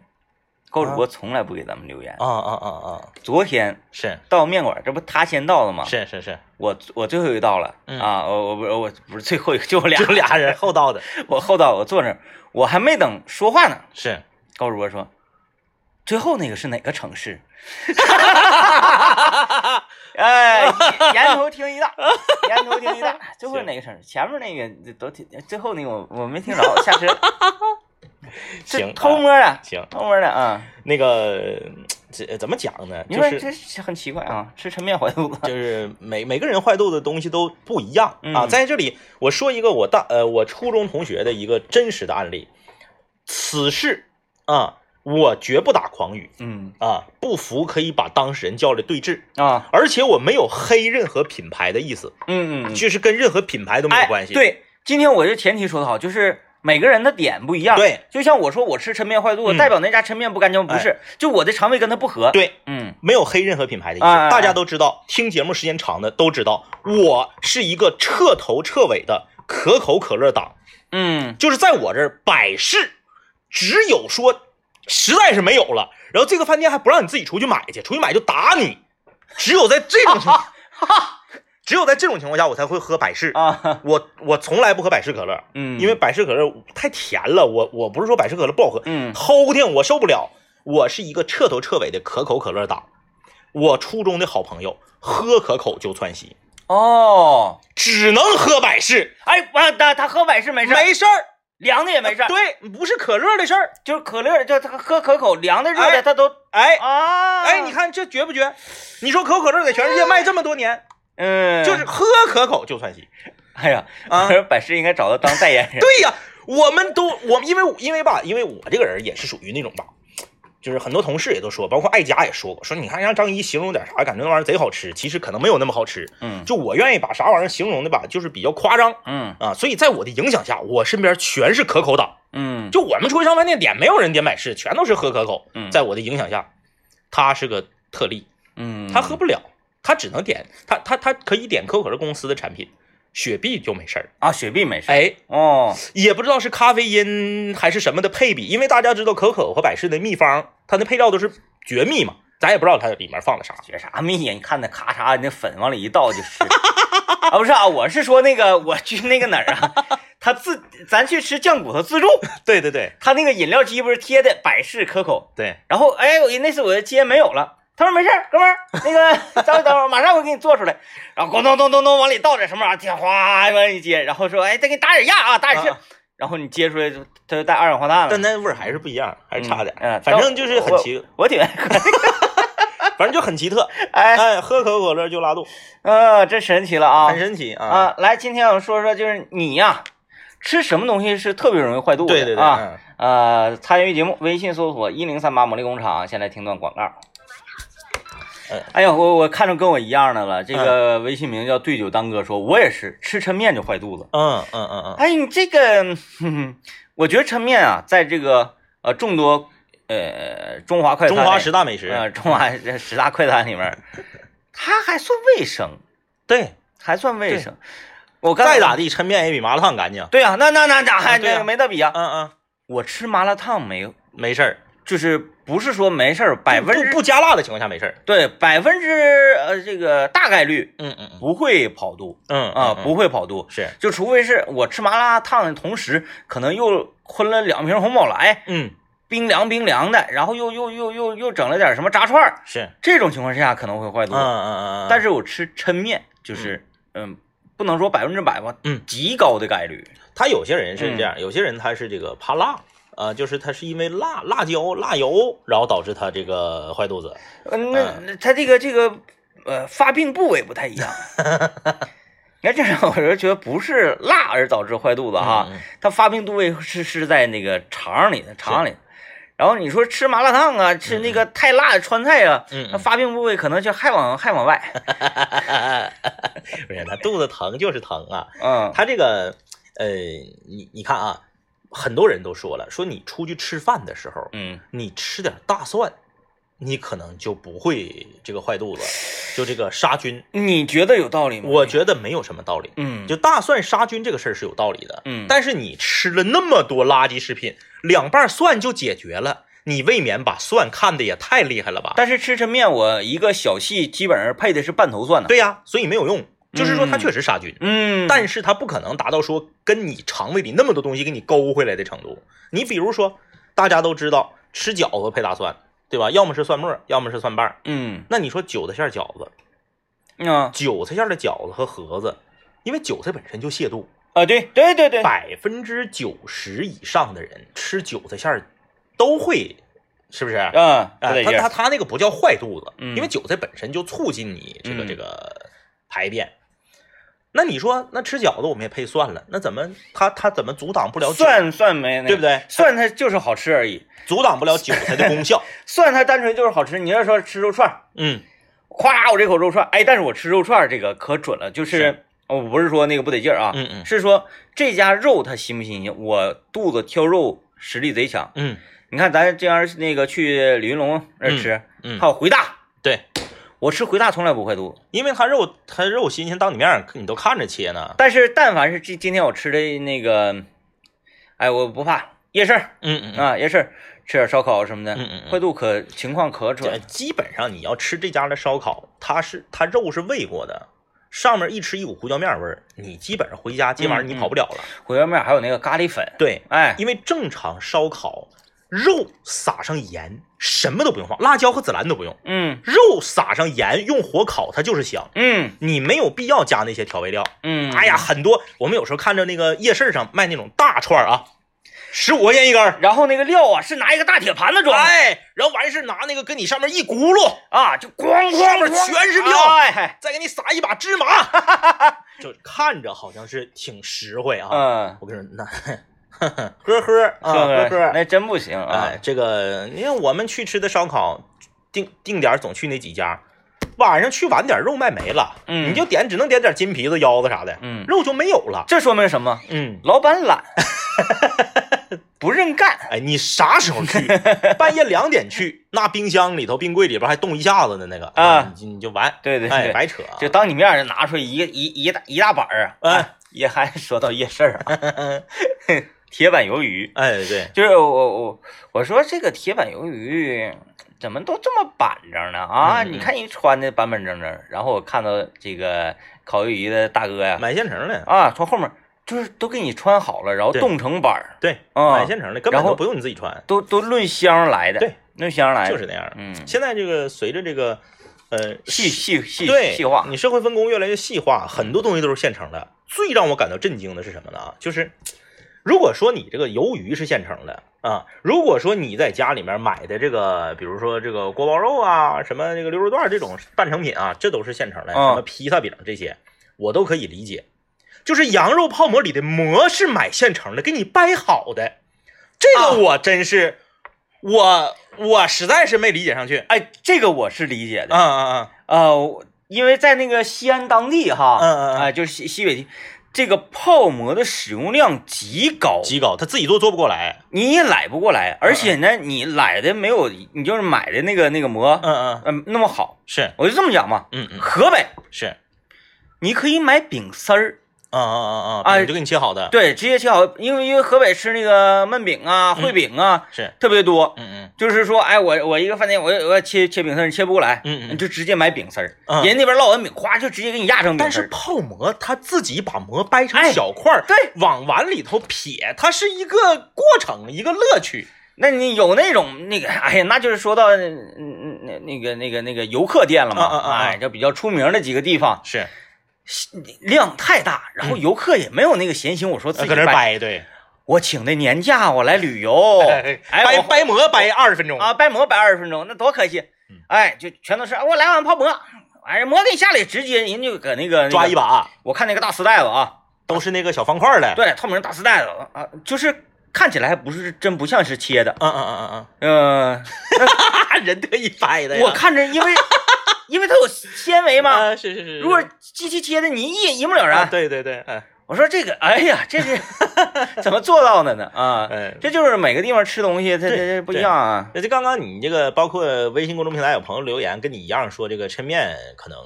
[SPEAKER 1] 高主播从来不给咱们留言。
[SPEAKER 2] 啊啊啊啊！
[SPEAKER 1] 昨天
[SPEAKER 2] 是
[SPEAKER 1] 到面馆，这不他先到的吗？
[SPEAKER 2] 是是是，
[SPEAKER 1] 我我最后一个到了、
[SPEAKER 2] 嗯
[SPEAKER 1] 啊！我我不我不是最后一个，就我俩
[SPEAKER 2] 就，俩人厚道的，
[SPEAKER 1] 我后到，我坐那儿，我还没等说话呢，
[SPEAKER 2] 是
[SPEAKER 1] 高主播说：“最后那个是哪个城市？ 哎，沿头听一大，沿头听一大，最后是哪个城市？前面那个都挺，最后那个我我没听着，下 车。这
[SPEAKER 2] 行
[SPEAKER 1] 偷
[SPEAKER 2] 啊
[SPEAKER 1] 摸的，
[SPEAKER 2] 行，
[SPEAKER 1] 偷摸的啊！
[SPEAKER 2] 那个这怎么讲呢？
[SPEAKER 1] 你
[SPEAKER 2] 就
[SPEAKER 1] 说
[SPEAKER 2] 是
[SPEAKER 1] 这是很奇怪啊，吃抻面怀肚子。
[SPEAKER 2] 就是每每个人坏肚子的东西都不一样啊。
[SPEAKER 1] 嗯
[SPEAKER 2] 在这里，我说一个我大呃我初中同学的一个真实的案例，此事啊，我绝不打诳语
[SPEAKER 1] 嗯
[SPEAKER 2] 啊，不服可以把当事人叫来对质，
[SPEAKER 1] 啊，
[SPEAKER 2] 而且我没有黑任何品牌的意思，
[SPEAKER 1] 嗯嗯嗯，
[SPEAKER 2] 就是跟任何品牌都没有
[SPEAKER 1] 哎
[SPEAKER 2] 关系。
[SPEAKER 1] 对，今天我这前提说的好，就是每个人的点不一样。
[SPEAKER 2] 啊对，
[SPEAKER 1] 就像我说我吃抻面坏肚子，
[SPEAKER 2] 嗯哎
[SPEAKER 1] 代表那家抻面不干净，不是，就我的肠胃跟它不合。，
[SPEAKER 2] 对，
[SPEAKER 1] 嗯
[SPEAKER 2] 没有黑任何品牌的意思，
[SPEAKER 1] 哎哎哎
[SPEAKER 2] 大家都知道，听节目时间长的都知道，我是一个彻头彻尾的可口可乐党，
[SPEAKER 1] 嗯
[SPEAKER 2] 就是在我这儿百事只有说实在是没有了，然后这个饭店还不让你自己出去买去，出去买就打你，只有在这种情况，只有在这种情况下我才会喝百事，
[SPEAKER 1] 啊，
[SPEAKER 2] 我我从来不喝百事可乐，
[SPEAKER 1] 嗯，
[SPEAKER 2] 因为百事可乐太甜了，我我不是说百事可乐不好喝，
[SPEAKER 1] 嗯
[SPEAKER 2] 齁挺我受不了。我是一个彻头彻尾的可口可乐党。我初中的好朋友喝可口就窜稀，
[SPEAKER 1] 哦，
[SPEAKER 2] 只能喝百事，
[SPEAKER 1] 哎，完他他喝百事没事儿，
[SPEAKER 2] 没事儿，
[SPEAKER 1] 凉的也没事儿，
[SPEAKER 2] 对，不是可乐的事儿。
[SPEAKER 1] 就是可乐，就他喝可口，凉的热
[SPEAKER 2] 哎
[SPEAKER 1] 的他都
[SPEAKER 2] 哎
[SPEAKER 1] 啊。
[SPEAKER 2] 哎，你，看这绝不绝？你说可口可乐在全世界卖这么多年，
[SPEAKER 1] 嗯，
[SPEAKER 2] 就是，喝可口就窜稀。
[SPEAKER 1] 哎呀，
[SPEAKER 2] 啊
[SPEAKER 1] 我说百事应该找他当代言人。
[SPEAKER 2] 对呀，我们都我们因为因为吧，因为我这个人也是属于那种吧。就是很多同事也都说，包括爱家也说过，说你看让张一形容点啥，感觉那玩意儿贼好吃，其实可能没有那么好吃。
[SPEAKER 1] 嗯
[SPEAKER 2] 就我愿意把啥玩意儿形容的吧，就是比较夸张
[SPEAKER 1] 嗯
[SPEAKER 2] 啊，所以在我的影响下，我身边全是可口党。
[SPEAKER 1] 嗯，
[SPEAKER 2] 就我们出去上饭店点，没有人点百事，全都是喝可口
[SPEAKER 1] 嗯。
[SPEAKER 2] 在我的影响下，他是个特例，
[SPEAKER 1] 嗯，
[SPEAKER 2] 他喝不了，他只能点他他他可以点可口可乐公司的产品，雪碧就没事儿。
[SPEAKER 1] 啊，雪碧没事儿。
[SPEAKER 2] 哎，
[SPEAKER 1] 哦，
[SPEAKER 2] 也不知道是咖啡因还是什么的配比，因为大家知道可口和百事的秘方，它的配料都是绝密嘛，咱也不知道它里面放了啥。
[SPEAKER 1] 学啥蜜呀？你看那咔嚓，那粉往里一倒 就是。啊，不是啊，我是说那个，我去那个哪儿 啊？他自咱去吃酱骨头自助，
[SPEAKER 2] 对对对
[SPEAKER 1] 他那个饮料机不是贴的百事可口，
[SPEAKER 2] 对，
[SPEAKER 1] 然后哎，我那次我接没有了，他说没事儿，哥们 儿，那个等会儿等会儿，马上我给你做出来，然后咣咚咚咚咚往里倒点什么玩意儿，天哗往里一接，然后说哎再给你打点压啊，打点气，
[SPEAKER 2] 啊
[SPEAKER 1] 然后你接出来就他就带二氧化碳了
[SPEAKER 2] 但，那味儿还是不一样，还是差点。
[SPEAKER 1] 嗯嗯
[SPEAKER 2] 反正就是很奇，
[SPEAKER 1] 我挺爱喝，
[SPEAKER 2] 反正就很奇特。
[SPEAKER 1] 哎
[SPEAKER 2] 哎，喝可口可乐就拉肚，
[SPEAKER 1] 呃，这神奇了啊，
[SPEAKER 2] 很神奇啊。
[SPEAKER 1] 啊，来，今天我们说说，就是你呀、吃什么东西是特别容易坏肚子的
[SPEAKER 2] 对对对，
[SPEAKER 1] 啊？
[SPEAKER 2] 嗯
[SPEAKER 1] 呃，参与节目，微信搜索一零三八魔力工厂，先来听段广告
[SPEAKER 2] 嗯。
[SPEAKER 1] 哎呀，我我看着跟我一样的了，这个微信名叫对酒当歌说，我也是吃抻面就坏肚子。
[SPEAKER 2] 嗯嗯嗯嗯，
[SPEAKER 1] 哎，你这个，哼哼我觉得抻面啊，在这个呃众多呃中华快餐
[SPEAKER 2] 中
[SPEAKER 1] 类、
[SPEAKER 2] 华十大美食，
[SPEAKER 1] 呃中华这十大快餐里面，它还算卫生，
[SPEAKER 2] 对，
[SPEAKER 1] 还算卫生。我刚才
[SPEAKER 2] 再咋地，抻面也比麻辣烫干净。
[SPEAKER 1] 对呀、那那那那还
[SPEAKER 2] 啊对呀
[SPEAKER 1] 那个没得比啊！
[SPEAKER 2] 嗯嗯，
[SPEAKER 1] 我吃麻辣烫没，
[SPEAKER 2] 没事儿，
[SPEAKER 1] 就是不是说没事儿，百分之
[SPEAKER 2] 不不加辣的情况下没事儿。
[SPEAKER 1] 对百分之呃这个大概率
[SPEAKER 2] 嗯嗯
[SPEAKER 1] 不会跑肚
[SPEAKER 2] 嗯
[SPEAKER 1] 啊，
[SPEAKER 2] 嗯
[SPEAKER 1] 不会跑肚，
[SPEAKER 2] 是，
[SPEAKER 1] 就除非是我吃麻辣烫的同时，可能又吞了两瓶红宝来，
[SPEAKER 2] 嗯
[SPEAKER 1] 冰凉冰凉的，然后又又又又又整了点什么炸串儿，
[SPEAKER 2] 是，
[SPEAKER 1] 这种情况下可能会坏
[SPEAKER 2] 嗯
[SPEAKER 1] 肚子。
[SPEAKER 2] 嗯嗯嗯，
[SPEAKER 1] 但
[SPEAKER 2] 是
[SPEAKER 1] 是我吃抻面就是嗯。不能说百分之百吧，
[SPEAKER 2] 嗯
[SPEAKER 1] 极高的概率，
[SPEAKER 2] 他有些人是这样，有些人他是这个怕辣。啊、就是他是因为辣辣椒、辣油，然后导致他这个坏肚子。
[SPEAKER 1] 嗯，
[SPEAKER 2] 啊
[SPEAKER 1] 那那他这个这个呃发病部位不太 一样。你看，这种我是觉得不是辣而导致坏肚子哈，
[SPEAKER 2] 嗯嗯
[SPEAKER 1] 它发病部位是是在那个肠里的肠里。然后你说吃麻辣烫啊，吃那个太辣的川菜啊，
[SPEAKER 2] 嗯嗯嗯
[SPEAKER 1] 那发病部位可能就还往还往 外。
[SPEAKER 2] 不是，他肚子疼就是疼啊。
[SPEAKER 1] 嗯
[SPEAKER 2] 他这个，呃，你你看啊，很多人都说了，说你出去吃饭的时候，
[SPEAKER 1] 嗯，
[SPEAKER 2] 你吃点大蒜，你可能就不会这个坏肚子，就这个杀菌。
[SPEAKER 1] 你觉得有道理吗？
[SPEAKER 2] 我觉得没有什么道理，
[SPEAKER 1] 嗯，
[SPEAKER 2] 就大蒜杀菌这个事儿是有道理的。
[SPEAKER 1] 嗯
[SPEAKER 2] 但是你吃了那么多垃圾食品，两瓣蒜就解决了，你未免把蒜看的也太厉害了吧？
[SPEAKER 1] 但是吃抻面，我一个小细基本上配的是半头蒜呢。，
[SPEAKER 2] 对呀、所以没有用。就是说它
[SPEAKER 1] 嗯
[SPEAKER 2] 确实杀菌，
[SPEAKER 1] 嗯，
[SPEAKER 2] 但是它不可能达到说跟你肠胃里那么多东西给你勾回来的程度。你比如说，大家都知道吃饺子配大蒜，对吧？要么是蒜末，要么是蒜瓣儿。
[SPEAKER 1] 嗯
[SPEAKER 2] 那你说韭菜馅儿饺子，
[SPEAKER 1] 啊
[SPEAKER 2] 韭菜馅儿的饺子和盒子，因为韭菜本身就泻肚，
[SPEAKER 1] 啊，对对对对，
[SPEAKER 2] 百分之九十以上的人吃韭菜馅儿都会，是不是？啊，
[SPEAKER 1] 嗯，不
[SPEAKER 2] 他
[SPEAKER 1] 得劲
[SPEAKER 2] 他
[SPEAKER 1] 儿，
[SPEAKER 2] 他那个不叫坏肚子，
[SPEAKER 1] 嗯
[SPEAKER 2] 因为韭菜本身就促进你这个
[SPEAKER 1] 嗯
[SPEAKER 2] 这个排便。那你说，那吃饺子我们也配蒜了，那怎么他他怎么阻挡不了韭
[SPEAKER 1] 蒜蒜没那
[SPEAKER 2] 对不
[SPEAKER 1] 个，
[SPEAKER 2] 对？
[SPEAKER 1] 蒜它就是好吃而已，
[SPEAKER 2] 阻挡不了韭菜的功效。
[SPEAKER 1] 蒜它单纯就是好吃。你要说吃肉串儿，
[SPEAKER 2] 嗯
[SPEAKER 1] 咵，我这口肉串儿，哎，但是我吃肉串儿这个可准了，就是哦我不是说那个不得劲儿啊，
[SPEAKER 2] 嗯嗯
[SPEAKER 1] 是说这家肉它新不新鲜，我肚子挑肉实力贼强。
[SPEAKER 2] 嗯
[SPEAKER 1] 你看咱这样那个去李云龙那儿吃，
[SPEAKER 2] 嗯
[SPEAKER 1] 还，有回大，
[SPEAKER 2] 对，
[SPEAKER 1] 我吃回大从来不坏肚子，
[SPEAKER 2] 因为它肉它肉新鲜，当你面儿你都看着切呢。
[SPEAKER 1] 但是但凡是今今天我吃的那个，哎，我不怕夜市儿
[SPEAKER 2] 嗯嗯嗯
[SPEAKER 1] 啊，夜市儿吃点烧烤什么的，
[SPEAKER 2] 嗯嗯嗯
[SPEAKER 1] 坏肚可情况可准
[SPEAKER 2] 这，基本上你要吃这家的烧烤，它是它肉是喂过的，上面一吃一股胡椒面味儿，你基本上回家今晚上
[SPEAKER 1] 嗯
[SPEAKER 2] 你
[SPEAKER 1] 嗯
[SPEAKER 2] 跑不了了。
[SPEAKER 1] 回椒面还有那个咖喱粉，
[SPEAKER 2] 对，
[SPEAKER 1] 哎，
[SPEAKER 2] 因为正常烧烤肉撒上盐，什么都不用放，辣椒和孜然都不用，
[SPEAKER 1] 嗯
[SPEAKER 2] 肉撒上盐，用火烤它就是香。
[SPEAKER 1] 嗯
[SPEAKER 2] 你没有必要加那些调味料。
[SPEAKER 1] 嗯，
[SPEAKER 2] 哎呀，，很多我们有时候看着那个夜市上卖那种大串儿啊，十五块钱一根儿，
[SPEAKER 1] 然后那个料啊是拿一个大铁盘子装，
[SPEAKER 2] 哎，然后完事拿那个跟你上面一轱辘，
[SPEAKER 1] 啊，就咣
[SPEAKER 2] 上
[SPEAKER 1] 咣
[SPEAKER 2] 面
[SPEAKER 1] 咣
[SPEAKER 2] 全是料
[SPEAKER 1] 哎，
[SPEAKER 2] 再给你撒一把芝麻， 就看着好像是挺实惠啊。
[SPEAKER 1] 嗯，
[SPEAKER 2] 我跟你说，那 呵呵啊呵呵，
[SPEAKER 1] 那真不行啊
[SPEAKER 2] 哎，，这个你看我们去吃的烧烤，定定点儿总去那几家，晚上去晚点儿肉卖没了，
[SPEAKER 1] 嗯
[SPEAKER 2] 你就点只能点点儿金皮子、腰子啥的，
[SPEAKER 1] 嗯
[SPEAKER 2] 肉就没有了，
[SPEAKER 1] 这说明什么？
[SPEAKER 2] 嗯。
[SPEAKER 1] 老板 懒，不认干，
[SPEAKER 2] 哎，你啥时候去？半夜两点去，那冰箱里头、冰柜里边还冻一下子呢，那个哎
[SPEAKER 1] 啊
[SPEAKER 2] 你就你就完，
[SPEAKER 1] 对对
[SPEAKER 2] 哎，
[SPEAKER 1] 对
[SPEAKER 2] 白扯啊，
[SPEAKER 1] 就当你面儿拿出一个一一大一大板儿啊，
[SPEAKER 2] 哎
[SPEAKER 1] 也还说到夜市儿啊， 铁板鱿鱼，
[SPEAKER 2] 哎对，
[SPEAKER 1] 就是我我我说这个铁板鱿鱼怎么都这么板正呢啊？
[SPEAKER 2] 嗯嗯
[SPEAKER 1] 你看人穿的板板正正，然后我看到这个烤鱿鱼的大哥呀，
[SPEAKER 2] 买现成的，
[SPEAKER 1] 啊，从后面就是都给你穿好了，然后
[SPEAKER 2] 对
[SPEAKER 1] 冻成板儿，
[SPEAKER 2] 对，
[SPEAKER 1] 啊
[SPEAKER 2] 买现成的，根
[SPEAKER 1] 然
[SPEAKER 2] 本都
[SPEAKER 1] 后
[SPEAKER 2] 不用你自己穿，
[SPEAKER 1] 都都论箱来的，
[SPEAKER 2] 对，
[SPEAKER 1] 论箱来的，
[SPEAKER 2] 就是那样儿。
[SPEAKER 1] 嗯，
[SPEAKER 2] 现在这个随着这个呃
[SPEAKER 1] 细细细
[SPEAKER 2] 对，
[SPEAKER 1] 细化，嗯
[SPEAKER 2] 你社会分工越来越细化，很多东西都是现成的。最让我感到震惊的是什么呢？啊，就是如果说你这个鱿鱼是现成的啊，如果说你在家里面买的这个，比如说这个锅包肉啊，什么这个溜肉段这种半成品啊，这都是现成的，
[SPEAKER 1] 嗯
[SPEAKER 2] 什么披萨饼这些，我都可以理解。就是羊肉泡馍里的馍是买现成的，给你掰好的，这
[SPEAKER 1] 啊
[SPEAKER 2] 个我真是，我我实在是没理解上去。
[SPEAKER 1] 哎，这个我是理解的，
[SPEAKER 2] 啊啊
[SPEAKER 1] 呃，我因为在那个西安当地哈，
[SPEAKER 2] 嗯嗯嗯
[SPEAKER 1] 哎就是西西北地，这个泡馍的使用量极高
[SPEAKER 2] 啊！，极高，他自己做做不过来。
[SPEAKER 1] 你也揽不过来，而
[SPEAKER 2] 嗯
[SPEAKER 1] 且呢，你揽的没有，你就是买的那个那个馍，
[SPEAKER 2] 嗯嗯，
[SPEAKER 1] 嗯、那么好，
[SPEAKER 2] 是，
[SPEAKER 1] 我就这么讲嘛，
[SPEAKER 2] 嗯嗯
[SPEAKER 1] 河北
[SPEAKER 2] 是，
[SPEAKER 1] 你可以买饼丝儿。
[SPEAKER 2] 啊啊啊啊，
[SPEAKER 1] 哎
[SPEAKER 2] 饼就给你切好的，
[SPEAKER 1] 对，直接切好，因为因为河北吃那个焖饼啊、
[SPEAKER 2] 嗯
[SPEAKER 1] 烩饼啊、
[SPEAKER 2] 是，
[SPEAKER 1] 特别多，
[SPEAKER 2] 嗯
[SPEAKER 1] 就是说，哎，我我一个饭店，我我要切切饼丝儿切不过来，
[SPEAKER 2] 嗯嗯
[SPEAKER 1] 你就直接买饼丝儿，
[SPEAKER 2] 嗯
[SPEAKER 1] 人那边烙完饼，咵就直接给你压成饼
[SPEAKER 2] 但
[SPEAKER 1] 丝
[SPEAKER 2] 是
[SPEAKER 1] 儿。
[SPEAKER 2] 泡馍它自己把馍掰成
[SPEAKER 1] 哎
[SPEAKER 2] 小块儿，
[SPEAKER 1] 对，
[SPEAKER 2] 往碗里头撇，它是一个过程，一个乐趣。
[SPEAKER 1] 那你有那种那个，哎呀，那就是说到嗯嗯那那个那个那个游客店了嘛，
[SPEAKER 2] 啊啊啊啊
[SPEAKER 1] 哎，就比较出名的几个地方，
[SPEAKER 2] 是，
[SPEAKER 1] 量太大，然后游客也没有那个闲心，我说自己
[SPEAKER 2] 嗯呃搁那掰，对，
[SPEAKER 1] 我请的年假我来旅 游，哎，
[SPEAKER 2] 掰
[SPEAKER 1] 我
[SPEAKER 2] 掰馍掰二十分钟，
[SPEAKER 1] 啊，掰馍掰二十分钟，那多可惜
[SPEAKER 2] 嗯！
[SPEAKER 1] 哎，就全都是，啊我来碗泡馍，哎完事馍给你下里，直接人就搁那个
[SPEAKER 2] 抓一
[SPEAKER 1] 把。
[SPEAKER 2] 把，
[SPEAKER 1] 我看那个大丝带子啊，
[SPEAKER 2] 都是那个小方块儿的。，
[SPEAKER 1] 对，透明大丝带子啊，就是看起来还不是真不像是切的，
[SPEAKER 2] 嗯嗯嗯嗯
[SPEAKER 1] 嗯、
[SPEAKER 2] 嗯，哈哈 人特意掰的呀。
[SPEAKER 1] 我看着因 为因为它有纤维嘛，
[SPEAKER 2] 啊，是是是。
[SPEAKER 1] 如果机器切的你一一目了
[SPEAKER 2] 啊，
[SPEAKER 1] 然。
[SPEAKER 2] 对对对，嗯
[SPEAKER 1] 我说这个，哎呀，这 是怎么做到的呢？啊，
[SPEAKER 2] 嗯。
[SPEAKER 1] 这就是每个地方吃东西它它
[SPEAKER 2] 对
[SPEAKER 1] 它不一样啊。
[SPEAKER 2] 那就刚刚你这个，包括微信公众平台有朋友留言跟你一样说这个抻面可能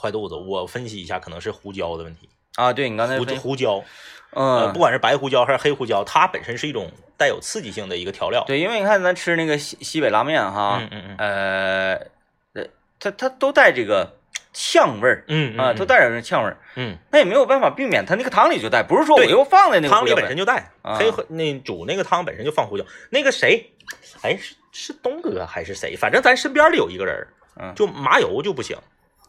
[SPEAKER 2] 坏肚子，我分析一下，可能是胡椒的问题，
[SPEAKER 1] 啊，对你刚才
[SPEAKER 2] 胡
[SPEAKER 1] 分
[SPEAKER 2] 胡椒。呃，
[SPEAKER 1] 嗯
[SPEAKER 2] 不，管是白胡椒还是黑胡椒，它本身是一种带有刺激性的一个调料。，啊
[SPEAKER 1] 对，因嗯为你看咱吃那个西西北拉面哈，
[SPEAKER 2] 嗯嗯嗯，
[SPEAKER 1] 呃，呃，它它都带这个呛味儿
[SPEAKER 2] 嗯
[SPEAKER 1] 啊，都带点那呛味儿，
[SPEAKER 2] 嗯，
[SPEAKER 1] 那也没有办法避免它那个汤里就带，不是说我
[SPEAKER 2] 对
[SPEAKER 1] 又放在那个
[SPEAKER 2] 汤里
[SPEAKER 1] 胡椒
[SPEAKER 2] 本身就带
[SPEAKER 1] 啊
[SPEAKER 2] 黑黑那煮那个汤本身就放胡椒。那个谁，哎是是东哥还是谁？反正咱身边里有一个人儿，
[SPEAKER 1] 嗯
[SPEAKER 2] 就麻油就不行，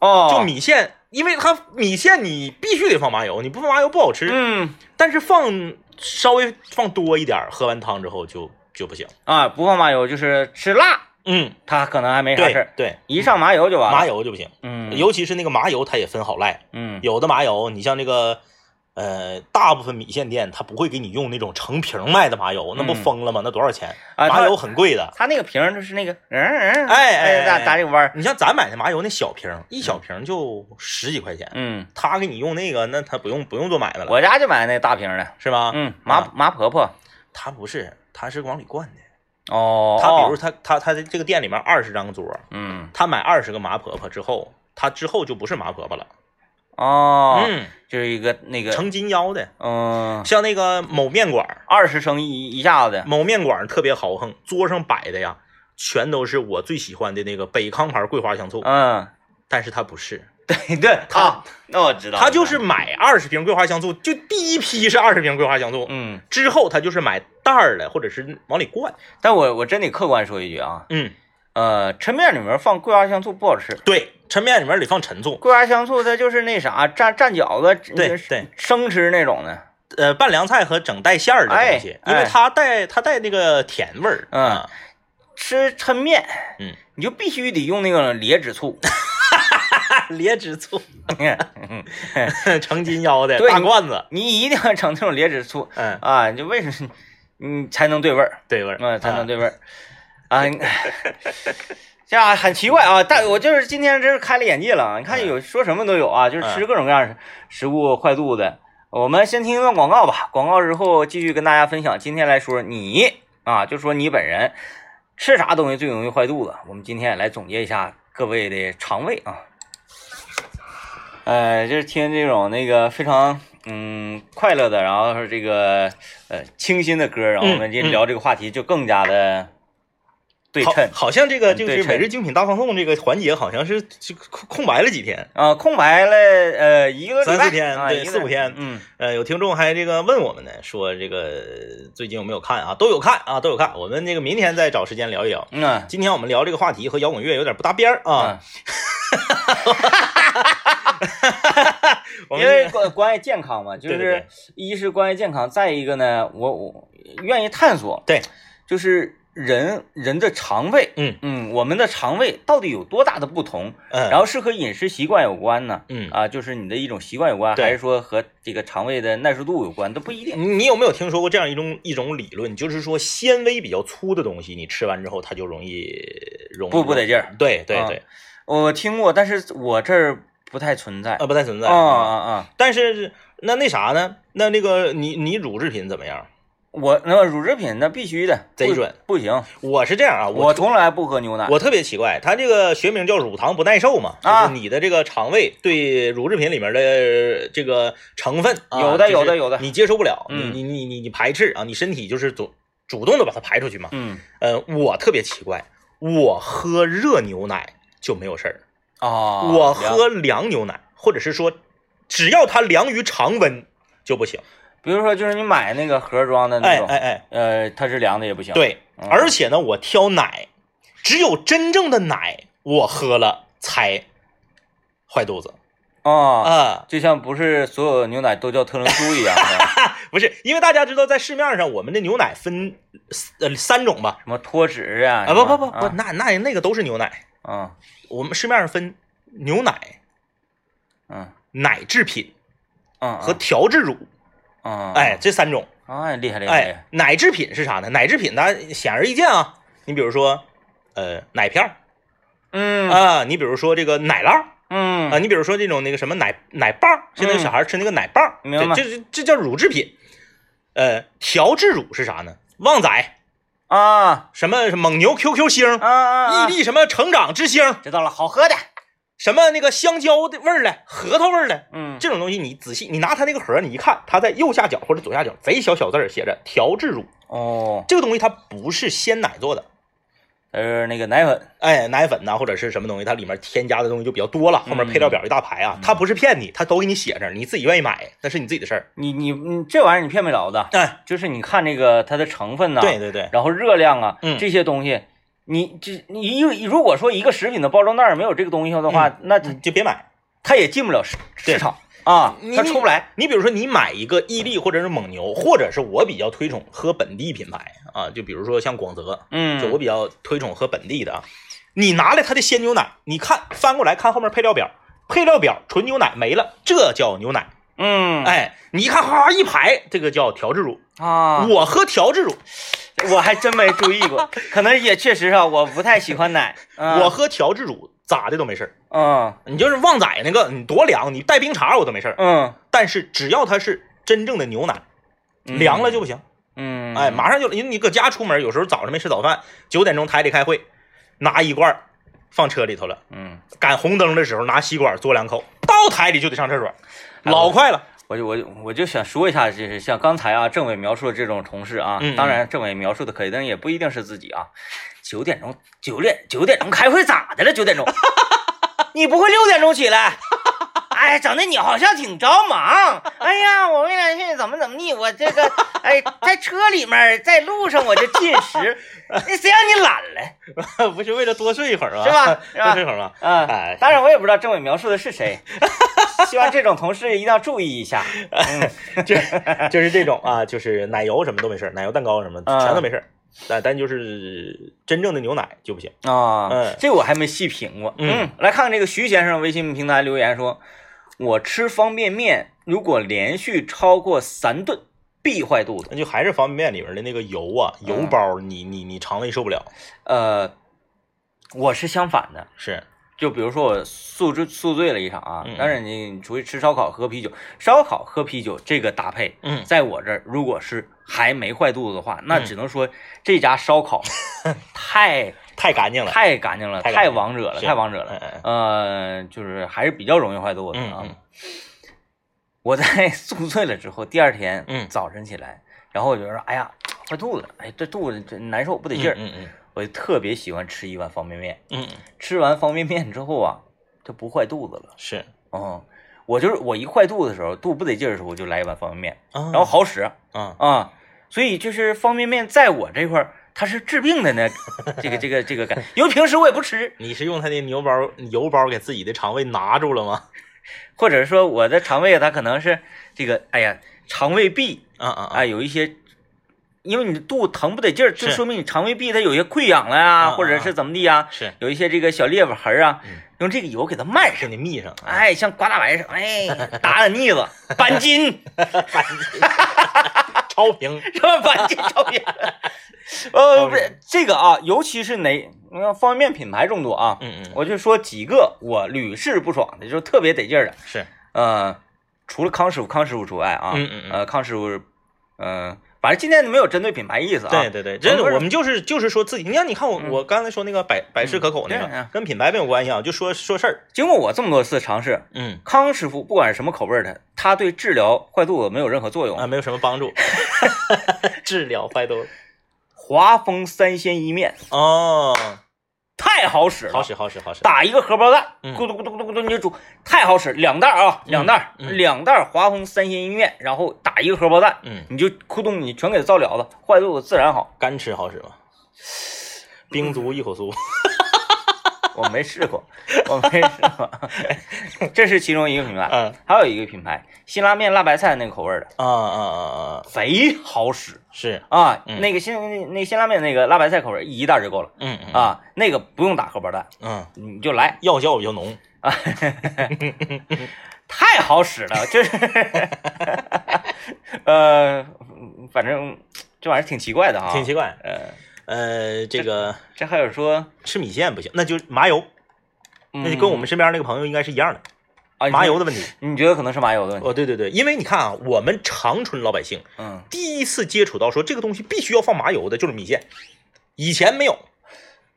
[SPEAKER 1] 哦，
[SPEAKER 2] 就米线，因为它米线你必须得放麻油，你不放麻油不好吃。
[SPEAKER 1] 嗯
[SPEAKER 2] 但是放稍微放多一点儿，喝完汤之后就就不行。
[SPEAKER 1] 啊，不放麻油就是吃辣，
[SPEAKER 2] 嗯，
[SPEAKER 1] 它可能还没啥事
[SPEAKER 2] 对
[SPEAKER 1] 儿，
[SPEAKER 2] 对，
[SPEAKER 1] 一上麻油就完了。
[SPEAKER 2] 麻油就不行，
[SPEAKER 1] 嗯，
[SPEAKER 2] 尤其是那个麻油，它也分好赖。
[SPEAKER 1] 嗯
[SPEAKER 2] 有的麻油，你像这个，呃，大部分米线店它不会给你用那种成瓶卖的麻油，那不
[SPEAKER 1] 嗯
[SPEAKER 2] 疯了吗？那多少钱？
[SPEAKER 1] 啊，
[SPEAKER 2] 麻
[SPEAKER 1] 它
[SPEAKER 2] 油很贵的。
[SPEAKER 1] 它那个瓶儿就是那个，嗯嗯，
[SPEAKER 2] 哎哎
[SPEAKER 1] 打
[SPEAKER 2] 哎
[SPEAKER 1] 打这个弯儿，
[SPEAKER 2] 你像咱买的麻油，那小瓶儿一小瓶儿就十几块钱，
[SPEAKER 1] 嗯，
[SPEAKER 2] 他给你用那个，那他不用不用做买卖了，
[SPEAKER 1] 我家就买那大瓶儿的，
[SPEAKER 2] 是吧？
[SPEAKER 1] 嗯，麻
[SPEAKER 2] 啊
[SPEAKER 1] 麻婆婆，
[SPEAKER 2] 他不是，他是往里灌的。
[SPEAKER 1] 哦，
[SPEAKER 2] 他比如
[SPEAKER 1] 哦，
[SPEAKER 2] 他他他的这个店里面二十张桌，
[SPEAKER 1] 嗯，
[SPEAKER 2] 他买二十个麻婆婆之后，他之后就不是麻婆婆了，
[SPEAKER 1] 哦，
[SPEAKER 2] 嗯，
[SPEAKER 1] 就是一个那个，
[SPEAKER 2] 成斤腰的，
[SPEAKER 1] 嗯，
[SPEAKER 2] 像那个某面馆儿，
[SPEAKER 1] 二十升一一下子，
[SPEAKER 2] 某面馆儿特别豪横，桌上摆的呀，全都是我最喜欢的那个北康牌桂花香醋，
[SPEAKER 1] 嗯，
[SPEAKER 2] 但是他不是，
[SPEAKER 1] 对对，
[SPEAKER 2] 它
[SPEAKER 1] 啊，那我知道了，
[SPEAKER 2] 他就是买二十瓶桂花香醋，就第一批是二十瓶桂花香醋，
[SPEAKER 1] 嗯，
[SPEAKER 2] 之后他就是买袋儿的，或者是往里灌，
[SPEAKER 1] 但我我真得客观说一句啊，
[SPEAKER 2] 嗯，
[SPEAKER 1] 呃，抻面里面放桂花香醋不好吃，
[SPEAKER 2] 对，抻面里面得放陈醋，
[SPEAKER 1] 桂花香醋它就是那啥蘸蘸饺子，
[SPEAKER 2] 对
[SPEAKER 1] 就是
[SPEAKER 2] 对
[SPEAKER 1] 生吃那种的，
[SPEAKER 2] 呃，拌凉菜和整带馅儿的东西，
[SPEAKER 1] 哎
[SPEAKER 2] 因为
[SPEAKER 1] 哎
[SPEAKER 2] 它带它带那个甜味儿，
[SPEAKER 1] 嗯
[SPEAKER 2] 啊
[SPEAKER 1] 吃抻面，
[SPEAKER 2] 嗯，
[SPEAKER 1] 你就必须得用那个劣质 醋。
[SPEAKER 2] 啊劣质醋， 成斤腰的
[SPEAKER 1] 对
[SPEAKER 2] 大
[SPEAKER 1] 你
[SPEAKER 2] 罐子，
[SPEAKER 1] 你一定要整那种劣质醋
[SPEAKER 2] 嗯，
[SPEAKER 1] 啊！你为什么你才能对味儿？
[SPEAKER 2] 对嗯味儿，
[SPEAKER 1] 啊，才能
[SPEAKER 2] 对，
[SPEAKER 1] 对味儿啊！你 这样很奇怪啊，但我就是今天真是开了眼界了啊！你
[SPEAKER 2] 嗯
[SPEAKER 1] 看有说什么都有啊，就是吃各种各样的食物坏肚子。我们先听一段广告吧，广告之后继续跟大家分享。今天来说你啊，就说你本人吃啥东西最容易坏肚子？我们今天也来总结一下各位的肠胃啊。呃，就是听这种那个非常嗯快乐的，然后是这个呃清新的歌，然后我们这
[SPEAKER 2] 嗯嗯
[SPEAKER 1] 聊这个话题就更加的对
[SPEAKER 2] 好
[SPEAKER 1] 称，嗯
[SPEAKER 2] 好像这个就
[SPEAKER 1] 对
[SPEAKER 2] 是
[SPEAKER 1] 称
[SPEAKER 2] 每日精品大放送这个环节，好像是就空空白了几天，
[SPEAKER 1] 啊、空白了呃一个礼拜
[SPEAKER 2] 三四天
[SPEAKER 1] 啊、
[SPEAKER 2] 对
[SPEAKER 1] 一个
[SPEAKER 2] 四五天
[SPEAKER 1] 嗯
[SPEAKER 2] 呃，有听众还这个问我们呢，说这个最近有没有看啊？都有看啊，都有看，我们这个明天再找时间聊一聊。
[SPEAKER 1] 嗯啊
[SPEAKER 2] 今天我们聊这个话题和摇滚乐有点不搭边儿啊，，我
[SPEAKER 1] 嗯因
[SPEAKER 2] 们
[SPEAKER 1] 为关关于健康嘛，就
[SPEAKER 2] 对对
[SPEAKER 1] 是一是关于健康，再一个呢，我我愿意探索，
[SPEAKER 2] 对，
[SPEAKER 1] 就是人人的肠胃，
[SPEAKER 2] 嗯
[SPEAKER 1] 嗯，我们的肠胃到底有多大的不同，
[SPEAKER 2] 嗯，
[SPEAKER 1] 然后是和饮食习惯有关呢？
[SPEAKER 2] 嗯。
[SPEAKER 1] 啊，就是你的一种习惯有关，
[SPEAKER 2] 对嗯
[SPEAKER 1] 还是说和这个肠胃的耐受度有关，都不一定。
[SPEAKER 2] 你你有没有听说过这样一种一种理论，就是说纤维比较粗的东西，你吃完之后它就容易容易
[SPEAKER 1] 不不得劲儿。
[SPEAKER 2] 对对
[SPEAKER 1] 啊
[SPEAKER 2] 对，
[SPEAKER 1] 我听过，但是我这儿不太存在。
[SPEAKER 2] 呃，不太存在。
[SPEAKER 1] 啊啊啊！
[SPEAKER 2] 但是那那啥呢？那那个你你乳制品怎么样？
[SPEAKER 1] 我那乳制品那必须的，
[SPEAKER 2] 贼
[SPEAKER 1] 不
[SPEAKER 2] 准，
[SPEAKER 1] 不行，
[SPEAKER 2] 我是这样啊，
[SPEAKER 1] 我
[SPEAKER 2] 我
[SPEAKER 1] 从来不喝牛奶。
[SPEAKER 2] 我特别奇怪，它这个学名叫乳糖不耐受嘛，
[SPEAKER 1] 啊
[SPEAKER 2] 就是你的这个肠胃对乳制品里面的这个成分啊，
[SPEAKER 1] 有的
[SPEAKER 2] 就是
[SPEAKER 1] 有的有的
[SPEAKER 2] 你接受不了，
[SPEAKER 1] 嗯
[SPEAKER 2] 你你你你你排斥啊，你身体就是主主动的把它排出去嘛。
[SPEAKER 1] 嗯
[SPEAKER 2] 呃，我特别奇怪，我喝热牛奶就没有事儿，
[SPEAKER 1] 啊，凉
[SPEAKER 2] 我喝凉牛奶，或者是说只要它凉于常温就不行。
[SPEAKER 1] 比如说，就是你买那个盒装的那
[SPEAKER 2] 哎
[SPEAKER 1] 种，
[SPEAKER 2] 哎哎，
[SPEAKER 1] 呃，它是凉的也不行。，
[SPEAKER 2] 对，
[SPEAKER 1] 嗯
[SPEAKER 2] 而且呢，我挑奶，只有真正的奶我喝了才坏肚子
[SPEAKER 1] 啊，
[SPEAKER 2] 啊。
[SPEAKER 1] 就像不是所有牛奶都叫特仑苏一 样，是吧
[SPEAKER 2] 不是，因为大家知道，在市面上我们的牛奶分呃三种吧？
[SPEAKER 1] 什么脱脂啊？
[SPEAKER 2] 啊，不不不不，
[SPEAKER 1] 啊
[SPEAKER 2] 那那那个都是牛奶。
[SPEAKER 1] 啊
[SPEAKER 2] 我们市面上分牛奶、
[SPEAKER 1] 嗯
[SPEAKER 2] 奶制品
[SPEAKER 1] 嗯
[SPEAKER 2] 和调制乳，
[SPEAKER 1] 嗯，
[SPEAKER 2] 哎，这三种。
[SPEAKER 1] 哎，厉害厉害，厉害
[SPEAKER 2] 哎，奶制品是啥呢？奶制品呢，显而易见啊。你比如说，呃，奶片儿
[SPEAKER 1] 嗯
[SPEAKER 2] 啊，你比如说这个奶酪儿
[SPEAKER 1] 嗯
[SPEAKER 2] 啊，你比如说这种那个什么奶奶棒儿，现在有小孩吃那个奶棒儿，
[SPEAKER 1] 嗯明白
[SPEAKER 2] 这这这叫乳制品。呃，调制乳是啥呢？旺仔，
[SPEAKER 1] 啊
[SPEAKER 2] 什么蒙牛 QQ 星
[SPEAKER 1] 啊，啊！
[SPEAKER 2] 伊利什么成长之星，
[SPEAKER 1] 知道了，好喝的，
[SPEAKER 2] 什么那个香蕉的味儿嘞，核桃味儿嘞，
[SPEAKER 1] 嗯，
[SPEAKER 2] 这种东西你仔细，你拿它那个盒儿，你一看，它在右下角或者左下角贼小小字儿写着调制乳，
[SPEAKER 1] 哦，
[SPEAKER 2] 这个东西它不是鲜奶做的，
[SPEAKER 1] 呃，那个奶粉，
[SPEAKER 2] 哎，奶粉呐、或者是什么东西，它里面添加的东西就比较多了，后面配料
[SPEAKER 1] 嗯
[SPEAKER 2] 表一大排啊，它不是骗你，它都给你写上，你自己愿意买，那是你自己的事儿。
[SPEAKER 1] 你你你这玩意儿你骗不了的，
[SPEAKER 2] 哎，
[SPEAKER 1] 就是你看这个它的成分呐、
[SPEAKER 2] 对对对，
[SPEAKER 1] 然后热量啊，
[SPEAKER 2] 嗯
[SPEAKER 1] 这些东西，你这你一如果说一个食品的包装袋儿没有这个东西的话，那它
[SPEAKER 2] 你就别买。
[SPEAKER 1] 它也进不了市
[SPEAKER 2] 对
[SPEAKER 1] 市场啊
[SPEAKER 2] 你，
[SPEAKER 1] 它出不来。
[SPEAKER 2] 你比如说，你买一个伊利或者是蒙牛，或者是我比较推崇喝本地品牌啊，就比如说像广泽，
[SPEAKER 1] 嗯，
[SPEAKER 2] 就我比较推崇喝本地的啊。你拿来它的鲜牛奶，你看翻过来看后面配料表，配料表纯牛奶没了，这叫牛奶。
[SPEAKER 1] 嗯
[SPEAKER 2] 哎，你一看哗哗一排，这个叫调制乳。
[SPEAKER 1] 啊，
[SPEAKER 2] 我喝调制乳，
[SPEAKER 1] 我还真没注意过，可能也确实啊，我不太喜欢奶。嗯
[SPEAKER 2] 我喝调制乳咋的都没事儿。
[SPEAKER 1] 嗯
[SPEAKER 2] 你就是旺仔那个，你多凉，你带冰碴我都没事儿。
[SPEAKER 1] 嗯
[SPEAKER 2] 但是只要它是真正的牛奶，凉了就不行。
[SPEAKER 1] 嗯，
[SPEAKER 2] 哎，马上就因为你搁家出门，有时候早上没吃早饭，九点钟台里开会，拿一罐儿放车里头了，
[SPEAKER 1] 嗯，
[SPEAKER 2] 赶红灯的时候拿吸管嘬两口，到台里就得上厕所，老快了。
[SPEAKER 1] 哎 我就我就我就想说一下，就是像刚才啊，政委描述的这种同事啊，
[SPEAKER 2] 嗯嗯
[SPEAKER 1] 当然政委描述的可以，但也不一定是自己啊。九点钟，九点九点钟开会咋的了？九点 钟，你不会六点钟起来？ 哎，整的你好像挺着忙。哎呀，我为了去怎么怎么地，我这个哎，在车里面，在路上我就进食，那谁让你懒了？
[SPEAKER 2] 不是为了多睡一会儿啊，
[SPEAKER 1] 是吧是吧
[SPEAKER 2] 多睡一会儿吗？
[SPEAKER 1] 嗯
[SPEAKER 2] 哎，
[SPEAKER 1] 当然我也不知道政委描述的是 谁，希望这种同事一定要注意一下。嗯
[SPEAKER 2] 就就是这种啊，就是奶油什么都没事儿，奶油蛋糕什么
[SPEAKER 1] 嗯
[SPEAKER 2] 全都没事儿，哎但但就是真正的牛奶就不行。
[SPEAKER 1] 啊，
[SPEAKER 2] 嗯
[SPEAKER 1] 这我还没细品过。
[SPEAKER 2] 嗯，
[SPEAKER 1] 来看看这个徐先生微信平台留言说，我吃方便面如果连续超过三顿，必坏肚子。
[SPEAKER 2] 那就还是方便面里面的那个油啊，油
[SPEAKER 1] 嗯
[SPEAKER 2] 包，你你你肠胃受不了，
[SPEAKER 1] 呃，我是相反的，
[SPEAKER 2] 是，
[SPEAKER 1] 就比如说我宿醉宿醉了一场啊
[SPEAKER 2] 嗯嗯，
[SPEAKER 1] 但是你你出去吃烧烤喝啤酒，烧烤喝啤酒这个搭配。
[SPEAKER 2] 嗯，
[SPEAKER 1] 在我这儿，如果是还没坏肚子的话，那
[SPEAKER 2] 嗯
[SPEAKER 1] 只能说这家烧 烤太
[SPEAKER 2] 太干净了，
[SPEAKER 1] 太干净了，
[SPEAKER 2] 太干
[SPEAKER 1] 太
[SPEAKER 2] 净
[SPEAKER 1] 王者了，
[SPEAKER 2] 是
[SPEAKER 1] 太王者了。
[SPEAKER 2] 嗯
[SPEAKER 1] 呃，就是还是比较容易坏肚子
[SPEAKER 2] 嗯
[SPEAKER 1] 啊。
[SPEAKER 2] 嗯
[SPEAKER 1] 我在宿醉了之后，第二天
[SPEAKER 2] 嗯
[SPEAKER 1] 早晨起来，然后我就说，哎呀，坏肚子，哎，这肚子这难受，不得
[SPEAKER 2] 嗯
[SPEAKER 1] 劲儿，
[SPEAKER 2] 嗯嗯
[SPEAKER 1] 我就特别喜欢吃一碗方便面。
[SPEAKER 2] 嗯，嗯
[SPEAKER 1] 吃完方便面之后啊，就不坏肚子了。
[SPEAKER 2] 是，
[SPEAKER 1] 嗯，我就是我一坏肚子的时候，肚不得劲儿的时候，我就来一碗方便面，
[SPEAKER 2] 然
[SPEAKER 1] 然后好使
[SPEAKER 2] 啊，
[SPEAKER 1] 啊。所以就是方便面在我这块儿，它是治病的呢， 这个这个这个感，因为平时我也不吃，
[SPEAKER 2] 你是用他的牛包油包给自己的肠胃拿住了吗？
[SPEAKER 1] 或者说我的肠胃它可能是这个，哎呀，肠胃壁
[SPEAKER 2] 啊啊
[SPEAKER 1] 啊，有一些，因为你的肚子疼不得劲儿，就是说明你肠胃壁它有些溃疡了呀、
[SPEAKER 2] 啊啊
[SPEAKER 1] 或者是怎么地呀、
[SPEAKER 2] 是
[SPEAKER 1] 有一些这个小裂痕儿啊，
[SPEAKER 2] 嗯
[SPEAKER 1] 用这个油给它漫上，
[SPEAKER 2] 给你密上，啊，
[SPEAKER 1] 哎，像刮大白似的，哎，打打腻子，板筋，
[SPEAKER 2] 超平，
[SPEAKER 1] 是吧？板 筋照片，呃，不是这个啊，尤其是哪，你看方便面品牌众多啊，
[SPEAKER 2] 嗯嗯，
[SPEAKER 1] 我就说几个我屡试不爽的，就是特别得劲儿的。
[SPEAKER 2] 是，
[SPEAKER 1] 呃，除了康师傅，康师傅除外啊，
[SPEAKER 2] 嗯嗯嗯
[SPEAKER 1] 呃，康师傅，嗯、反正今天没有针对品牌意思啊，
[SPEAKER 2] 对对对，真的，
[SPEAKER 1] 不是
[SPEAKER 2] 我们就是就是说自己，你看你看我
[SPEAKER 1] 嗯
[SPEAKER 2] 我刚才说那个百百事可口那
[SPEAKER 1] 对
[SPEAKER 2] 个
[SPEAKER 1] 啊，
[SPEAKER 2] 跟品牌没有关系啊，就说说事儿，
[SPEAKER 1] 经过我这么多次尝试，
[SPEAKER 2] 嗯
[SPEAKER 1] 康师傅不管是什么口味儿的，它对治疗坏肚子没有任何作用。
[SPEAKER 2] 啊，没有什么帮助， 治疗坏肚子
[SPEAKER 1] 华丰三鲜一面
[SPEAKER 2] 哦，
[SPEAKER 1] 太好使了，
[SPEAKER 2] 好使好使好使，
[SPEAKER 1] 打一个荷包蛋，
[SPEAKER 2] 嗯
[SPEAKER 1] 咕嘟咕嘟咕嘟咕嘟，你就煮，太好使。两袋儿啊，两袋儿，
[SPEAKER 2] 嗯
[SPEAKER 1] 两袋儿华丰三鲜一面，然后打一个荷包蛋，
[SPEAKER 2] 嗯，
[SPEAKER 1] 你就咕咚，你全给它造了了，坏肚子自然好。
[SPEAKER 2] 干吃好使吗？冰足一口酥，
[SPEAKER 1] 我没试过， 我没试过， 这是其中一个品牌。
[SPEAKER 2] 嗯
[SPEAKER 1] 还有一个品牌辛拉面辣白菜那个口味儿的，
[SPEAKER 2] 啊啊啊啊，
[SPEAKER 1] 贼好使
[SPEAKER 2] 是，
[SPEAKER 1] 啊！
[SPEAKER 2] 嗯
[SPEAKER 1] 那个辛那那辛拉面那个辣白菜口味儿一袋儿就够了
[SPEAKER 2] 嗯嗯
[SPEAKER 1] 啊，那个不用打荷包蛋，
[SPEAKER 2] 嗯，
[SPEAKER 1] 你就来
[SPEAKER 2] 药效比较浓，
[SPEAKER 1] 啊，太好使 了，就是呃，反正这玩意儿挺奇怪的哈，
[SPEAKER 2] 挺奇怪，
[SPEAKER 1] 呃，
[SPEAKER 2] 啊呃，这个
[SPEAKER 1] 这还有说，
[SPEAKER 2] 吃米线不行，那就麻油，那
[SPEAKER 1] 那
[SPEAKER 2] 就跟我们身边那个朋友应嗯啊该是一样的，麻油的问题。
[SPEAKER 1] 啊你觉得可能是麻油的问题？
[SPEAKER 2] 哦，对对对，因为你看啊，我们长春老百姓
[SPEAKER 1] 嗯，
[SPEAKER 2] 第一次接触到说这个东西必须要放麻油的，就是米线，嗯以前没有，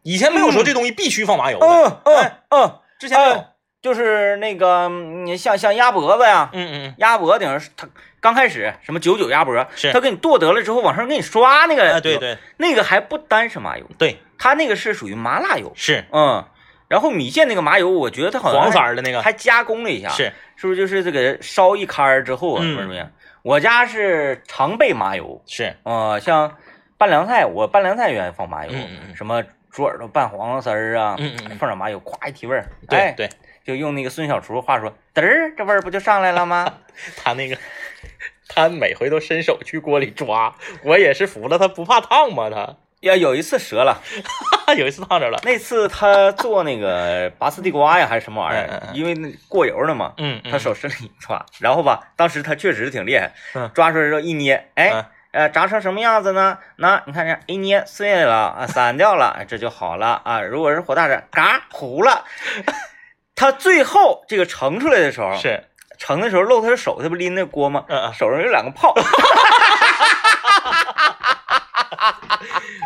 [SPEAKER 2] 以前没有说这东西必须放麻油的，
[SPEAKER 1] 嗯嗯嗯，
[SPEAKER 2] 之前没有。
[SPEAKER 1] 就是那个你像像鸭脖子呀，
[SPEAKER 2] 嗯嗯
[SPEAKER 1] 鸭脖顶上它刚开始什么九九鸭脖，
[SPEAKER 2] 是
[SPEAKER 1] 它给你剁得了之后往上给你刷那
[SPEAKER 2] 嗯，
[SPEAKER 1] 个，
[SPEAKER 2] 啊，对，对
[SPEAKER 1] 那个还不单是麻油，
[SPEAKER 2] 对，
[SPEAKER 1] 它那个是属于麻辣油，
[SPEAKER 2] 是
[SPEAKER 1] 嗯，然后米线那个麻油，我觉得它好像
[SPEAKER 2] 黄色儿的那个，
[SPEAKER 1] 还加工了一下，
[SPEAKER 2] 是
[SPEAKER 1] 是不是就是这个烧一开儿之后啊，
[SPEAKER 2] 嗯
[SPEAKER 1] 或者怎么样？我家是常备麻油，
[SPEAKER 2] 是，
[SPEAKER 1] 呃，像拌凉菜，我拌凉菜愿意放麻油，
[SPEAKER 2] 嗯嗯嗯
[SPEAKER 1] 什么猪耳朵拌黄瓜丝儿啊，
[SPEAKER 2] 嗯嗯嗯
[SPEAKER 1] 放点麻油，咵一提味儿，
[SPEAKER 2] 对
[SPEAKER 1] 哎，
[SPEAKER 2] 对，
[SPEAKER 1] 就用那个孙小厨话说，嘚儿，这味儿不就上来了吗？
[SPEAKER 2] 他那个。他每回都伸手去锅里抓，我也是服了，他不怕烫吗？他
[SPEAKER 1] 呀，有一次折了，
[SPEAKER 2] 有一次烫着了，
[SPEAKER 1] 那次他做那个拔丝地瓜呀还是什么玩意
[SPEAKER 2] 嗯嗯
[SPEAKER 1] 儿，
[SPEAKER 2] 嗯
[SPEAKER 1] 因为那过油了嘛，
[SPEAKER 2] 嗯，嗯
[SPEAKER 1] 他手伸里一抓，然后吧，当时他确实挺厉害
[SPEAKER 2] 嗯，
[SPEAKER 1] 抓出来之后一捏，
[SPEAKER 2] 嗯
[SPEAKER 1] 哎，呃，炸成什么样子呢？那你看这一捏碎了啊，散掉了，哎这就好了啊。如果是火大点，嘎糊了。他最后这个盛出来的时候，
[SPEAKER 2] 是，
[SPEAKER 1] 盛的时候露他的手，他不拎那锅吗？
[SPEAKER 2] 嗯嗯，
[SPEAKER 1] 手上有两个泡，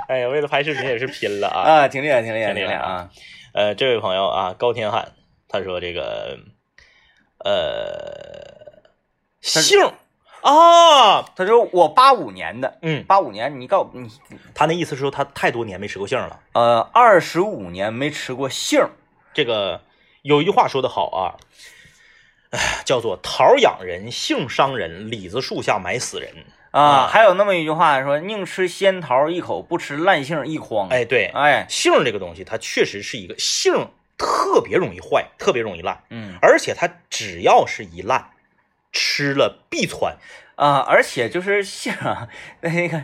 [SPEAKER 2] 哎呀，为了拍视频也是拼 了啊。
[SPEAKER 1] 啊，挺厉害，挺厉害，
[SPEAKER 2] 挺
[SPEAKER 1] 挺厉
[SPEAKER 2] 厉害
[SPEAKER 1] 害啊！
[SPEAKER 2] 呃，这位朋友啊，高天汉，他说这个，呃，
[SPEAKER 1] 是
[SPEAKER 2] 姓儿啊，
[SPEAKER 1] 他说我八五年的，
[SPEAKER 2] 嗯，
[SPEAKER 1] 八五年，你告诉你，
[SPEAKER 2] 他那意思是说他太多年没吃过杏儿了。
[SPEAKER 1] 呃，二十五年没吃过杏儿，
[SPEAKER 2] 这个有一句话说得好啊，哎，叫做“桃养人，杏伤人，李子树下埋死人啊
[SPEAKER 1] 啊，还有那么一句话说，宁吃仙桃一口，不吃烂杏一筐。”。
[SPEAKER 2] 哎，对，
[SPEAKER 1] 哎，
[SPEAKER 2] 杏儿这个东西，它确实是一个杏儿特别容易坏，特别容易烂，
[SPEAKER 1] 嗯
[SPEAKER 2] 而且它只要是一烂，吃了必窜。
[SPEAKER 1] 啊，而且就是杏儿啊， 那个，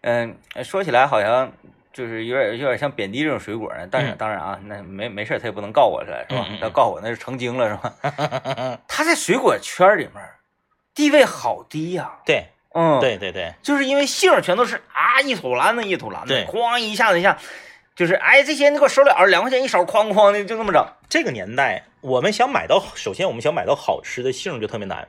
[SPEAKER 1] 嗯、说起来好像就是有点有点像贬低这种水果呢。但是、
[SPEAKER 2] 嗯
[SPEAKER 1] 当然啊，那没没事儿，他也不能告我来是吧
[SPEAKER 2] 嗯嗯嗯？
[SPEAKER 1] 他告我那是成精了是吧？ 他在水果圈儿里面儿地位好低呀、
[SPEAKER 2] 对，
[SPEAKER 1] 嗯，，
[SPEAKER 2] 对对对，
[SPEAKER 1] 就是因为杏儿全都是啊一土篮子一土篮子
[SPEAKER 2] 对，
[SPEAKER 1] 哐一下子一下，就是哎这些你给我收了两块钱一勺，哐哐的就那么整。
[SPEAKER 2] 这个年代，我们想买到，首先我们想买到好吃的杏儿就特别难。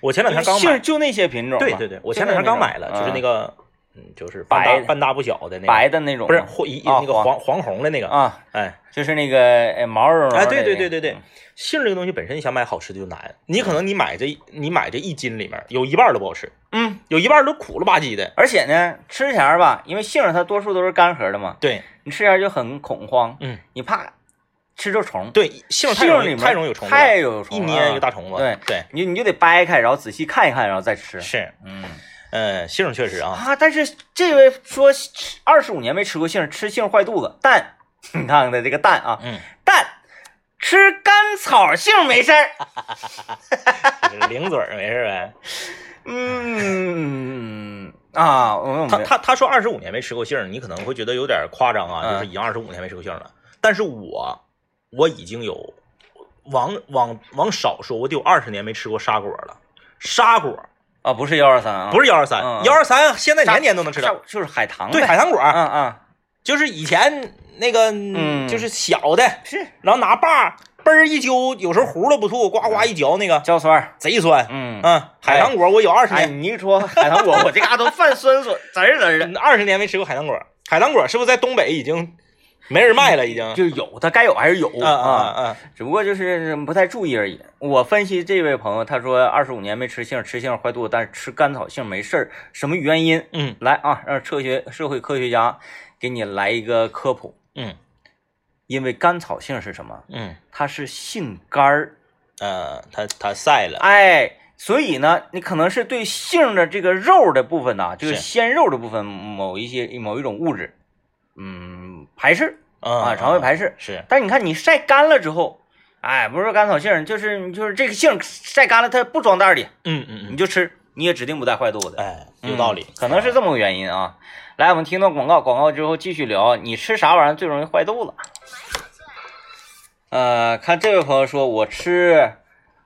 [SPEAKER 2] 我前两天刚
[SPEAKER 1] 杏儿
[SPEAKER 2] 买，
[SPEAKER 1] 就那些品种嘛，
[SPEAKER 2] 对对对，我前
[SPEAKER 1] 就那
[SPEAKER 2] 两天刚
[SPEAKER 1] 种
[SPEAKER 2] 买了，就是那、个，嗯，就是半
[SPEAKER 1] 白
[SPEAKER 2] 大
[SPEAKER 1] 的
[SPEAKER 2] 半大不小的那
[SPEAKER 1] 嗯
[SPEAKER 2] 个，
[SPEAKER 1] 白的那种
[SPEAKER 2] 不是
[SPEAKER 1] 嘛，
[SPEAKER 2] 或一
[SPEAKER 1] 啊
[SPEAKER 2] 那个黄
[SPEAKER 1] 黄
[SPEAKER 2] 黄红的那个，
[SPEAKER 1] 啊，
[SPEAKER 2] 哎
[SPEAKER 1] 就是那个呃毛茸茸的那
[SPEAKER 2] 哎，
[SPEAKER 1] 个。
[SPEAKER 2] 对对对对对，杏儿这个东西本身你想买好吃的就难，你可能你买这你买这一斤里面有一半儿都不好吃，
[SPEAKER 1] 嗯，
[SPEAKER 2] 有一半儿都苦了吧唧的，
[SPEAKER 1] 而且呢，吃前儿吧，因为杏儿它多数都是干核的嘛，
[SPEAKER 2] 对，
[SPEAKER 1] 你吃前儿就很恐慌，
[SPEAKER 2] 嗯，
[SPEAKER 1] 你怕吃着虫，，
[SPEAKER 2] 对，杏儿太
[SPEAKER 1] 杏儿
[SPEAKER 2] 容
[SPEAKER 1] 里
[SPEAKER 2] 易
[SPEAKER 1] 面
[SPEAKER 2] 太容易有虫子了，
[SPEAKER 1] 太有
[SPEAKER 2] 一
[SPEAKER 1] 虫了，啊
[SPEAKER 2] 捏一个大虫子，
[SPEAKER 1] 对
[SPEAKER 2] 对
[SPEAKER 1] 你你就得掰开，然后仔细看一看，然后再吃。
[SPEAKER 2] 是，
[SPEAKER 1] 嗯
[SPEAKER 2] 嗯，杏儿确实啊，
[SPEAKER 1] 啊，但是这位说二十五年没吃过杏儿，吃杏儿坏肚子，蛋， 你看看他这个蛋啊，
[SPEAKER 2] 嗯，
[SPEAKER 1] 蛋，吃甘草杏儿没事儿。
[SPEAKER 2] 嗯零嘴儿没事呗。
[SPEAKER 1] 嗯啊，我我
[SPEAKER 2] 他
[SPEAKER 1] 没
[SPEAKER 2] 他他说二十五年没吃过杏儿，你可能会觉得有点夸张啊，
[SPEAKER 1] 嗯
[SPEAKER 2] 就是已经二十五年没吃过杏儿了。但是我我已经有往往往少说，我得有二十年没吃过沙果了。沙果
[SPEAKER 1] 啊，不是幺二三啊，
[SPEAKER 2] 不
[SPEAKER 1] 是
[SPEAKER 2] 是幺二三
[SPEAKER 1] 嗯，嗯
[SPEAKER 2] 幺二三现在年年都能吃到。
[SPEAKER 1] 就是海棠
[SPEAKER 2] 对，
[SPEAKER 1] 呗
[SPEAKER 2] 海棠果
[SPEAKER 1] 嗯嗯，
[SPEAKER 2] 就是以前那个
[SPEAKER 1] 嗯
[SPEAKER 2] 就是小的，
[SPEAKER 1] 是
[SPEAKER 2] 然后拿把儿嘣儿一揪，有时候葫芦不吐，呱
[SPEAKER 1] 嗯
[SPEAKER 2] 呱一嚼，那个
[SPEAKER 1] 焦酸儿，
[SPEAKER 2] 贼酸。
[SPEAKER 1] 嗯，
[SPEAKER 2] 嗯，海棠果我有二十
[SPEAKER 1] 哎，
[SPEAKER 2] 年，
[SPEAKER 1] 你一说海棠果，我 这嘎都泛酸酸，滋儿滋儿的，
[SPEAKER 2] 嗯二十年没吃过海棠果。海棠果是不是在东北已经没人卖了？已经
[SPEAKER 1] 就是有它该有还是有
[SPEAKER 2] 啊啊啊！
[SPEAKER 1] 只不过就是不太注意而已。我分析这位朋友，他说二十五年没吃杏儿，吃杏儿坏肚子，但是吃甘草杏儿没事儿，什么原因？
[SPEAKER 2] 嗯
[SPEAKER 1] 来啊，让社学社会科学家给你来一个科普，
[SPEAKER 2] 嗯
[SPEAKER 1] 因为甘草杏是什么？
[SPEAKER 2] 嗯，
[SPEAKER 1] 它是杏干儿。
[SPEAKER 2] 呃，它它晒了，
[SPEAKER 1] 哎，所以呢，你可能是对杏的这个肉的部分呐、就是
[SPEAKER 2] 是
[SPEAKER 1] 鲜肉的部分某一些某一种物质，嗯，排斥
[SPEAKER 2] 啊
[SPEAKER 1] 啊，肠胃排斥。
[SPEAKER 2] 是，
[SPEAKER 1] 但你看你晒干了之后，哎，不是甘草杏，就是就是这个杏晒干了，它不装袋里，
[SPEAKER 2] 嗯嗯
[SPEAKER 1] 你就吃，你也指定不带坏肚子。
[SPEAKER 2] 哎，有道理
[SPEAKER 1] 嗯，可能是这么个原因啊。来，我们听到广告，广告之后继续聊，你吃啥玩意儿最容易坏肚子？呃，看这位朋友说，我吃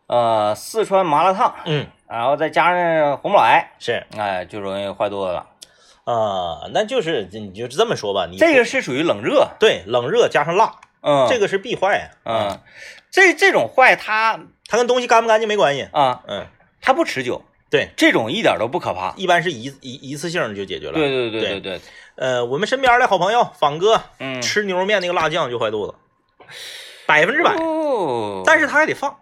[SPEAKER 1] 呃四川麻辣烫，
[SPEAKER 2] 嗯
[SPEAKER 1] 然后再加上红宝来，
[SPEAKER 2] 是
[SPEAKER 1] 哎，就容易坏肚子了。
[SPEAKER 2] 啊，那就是你就这么说吧，你
[SPEAKER 1] 这个是属于冷热，
[SPEAKER 2] 对冷热加上辣，
[SPEAKER 1] 嗯，
[SPEAKER 2] 这
[SPEAKER 1] 个，
[SPEAKER 2] 个是必坏，啊
[SPEAKER 1] 嗯，这这种坏它
[SPEAKER 2] 它跟东西干不干净没关系，
[SPEAKER 1] 啊，
[SPEAKER 2] 嗯，
[SPEAKER 1] 它不持久，
[SPEAKER 2] 对，
[SPEAKER 1] 这种一点都不可怕。
[SPEAKER 2] 一般是一一一次性就解决了，
[SPEAKER 1] 对对对
[SPEAKER 2] 对
[SPEAKER 1] 对对，
[SPEAKER 2] 呃，我们身边的好朋友仿哥
[SPEAKER 1] 嗯，
[SPEAKER 2] 吃牛肉面那个辣酱就坏肚子，百分之百，
[SPEAKER 1] 哦就
[SPEAKER 2] 但是他还得放，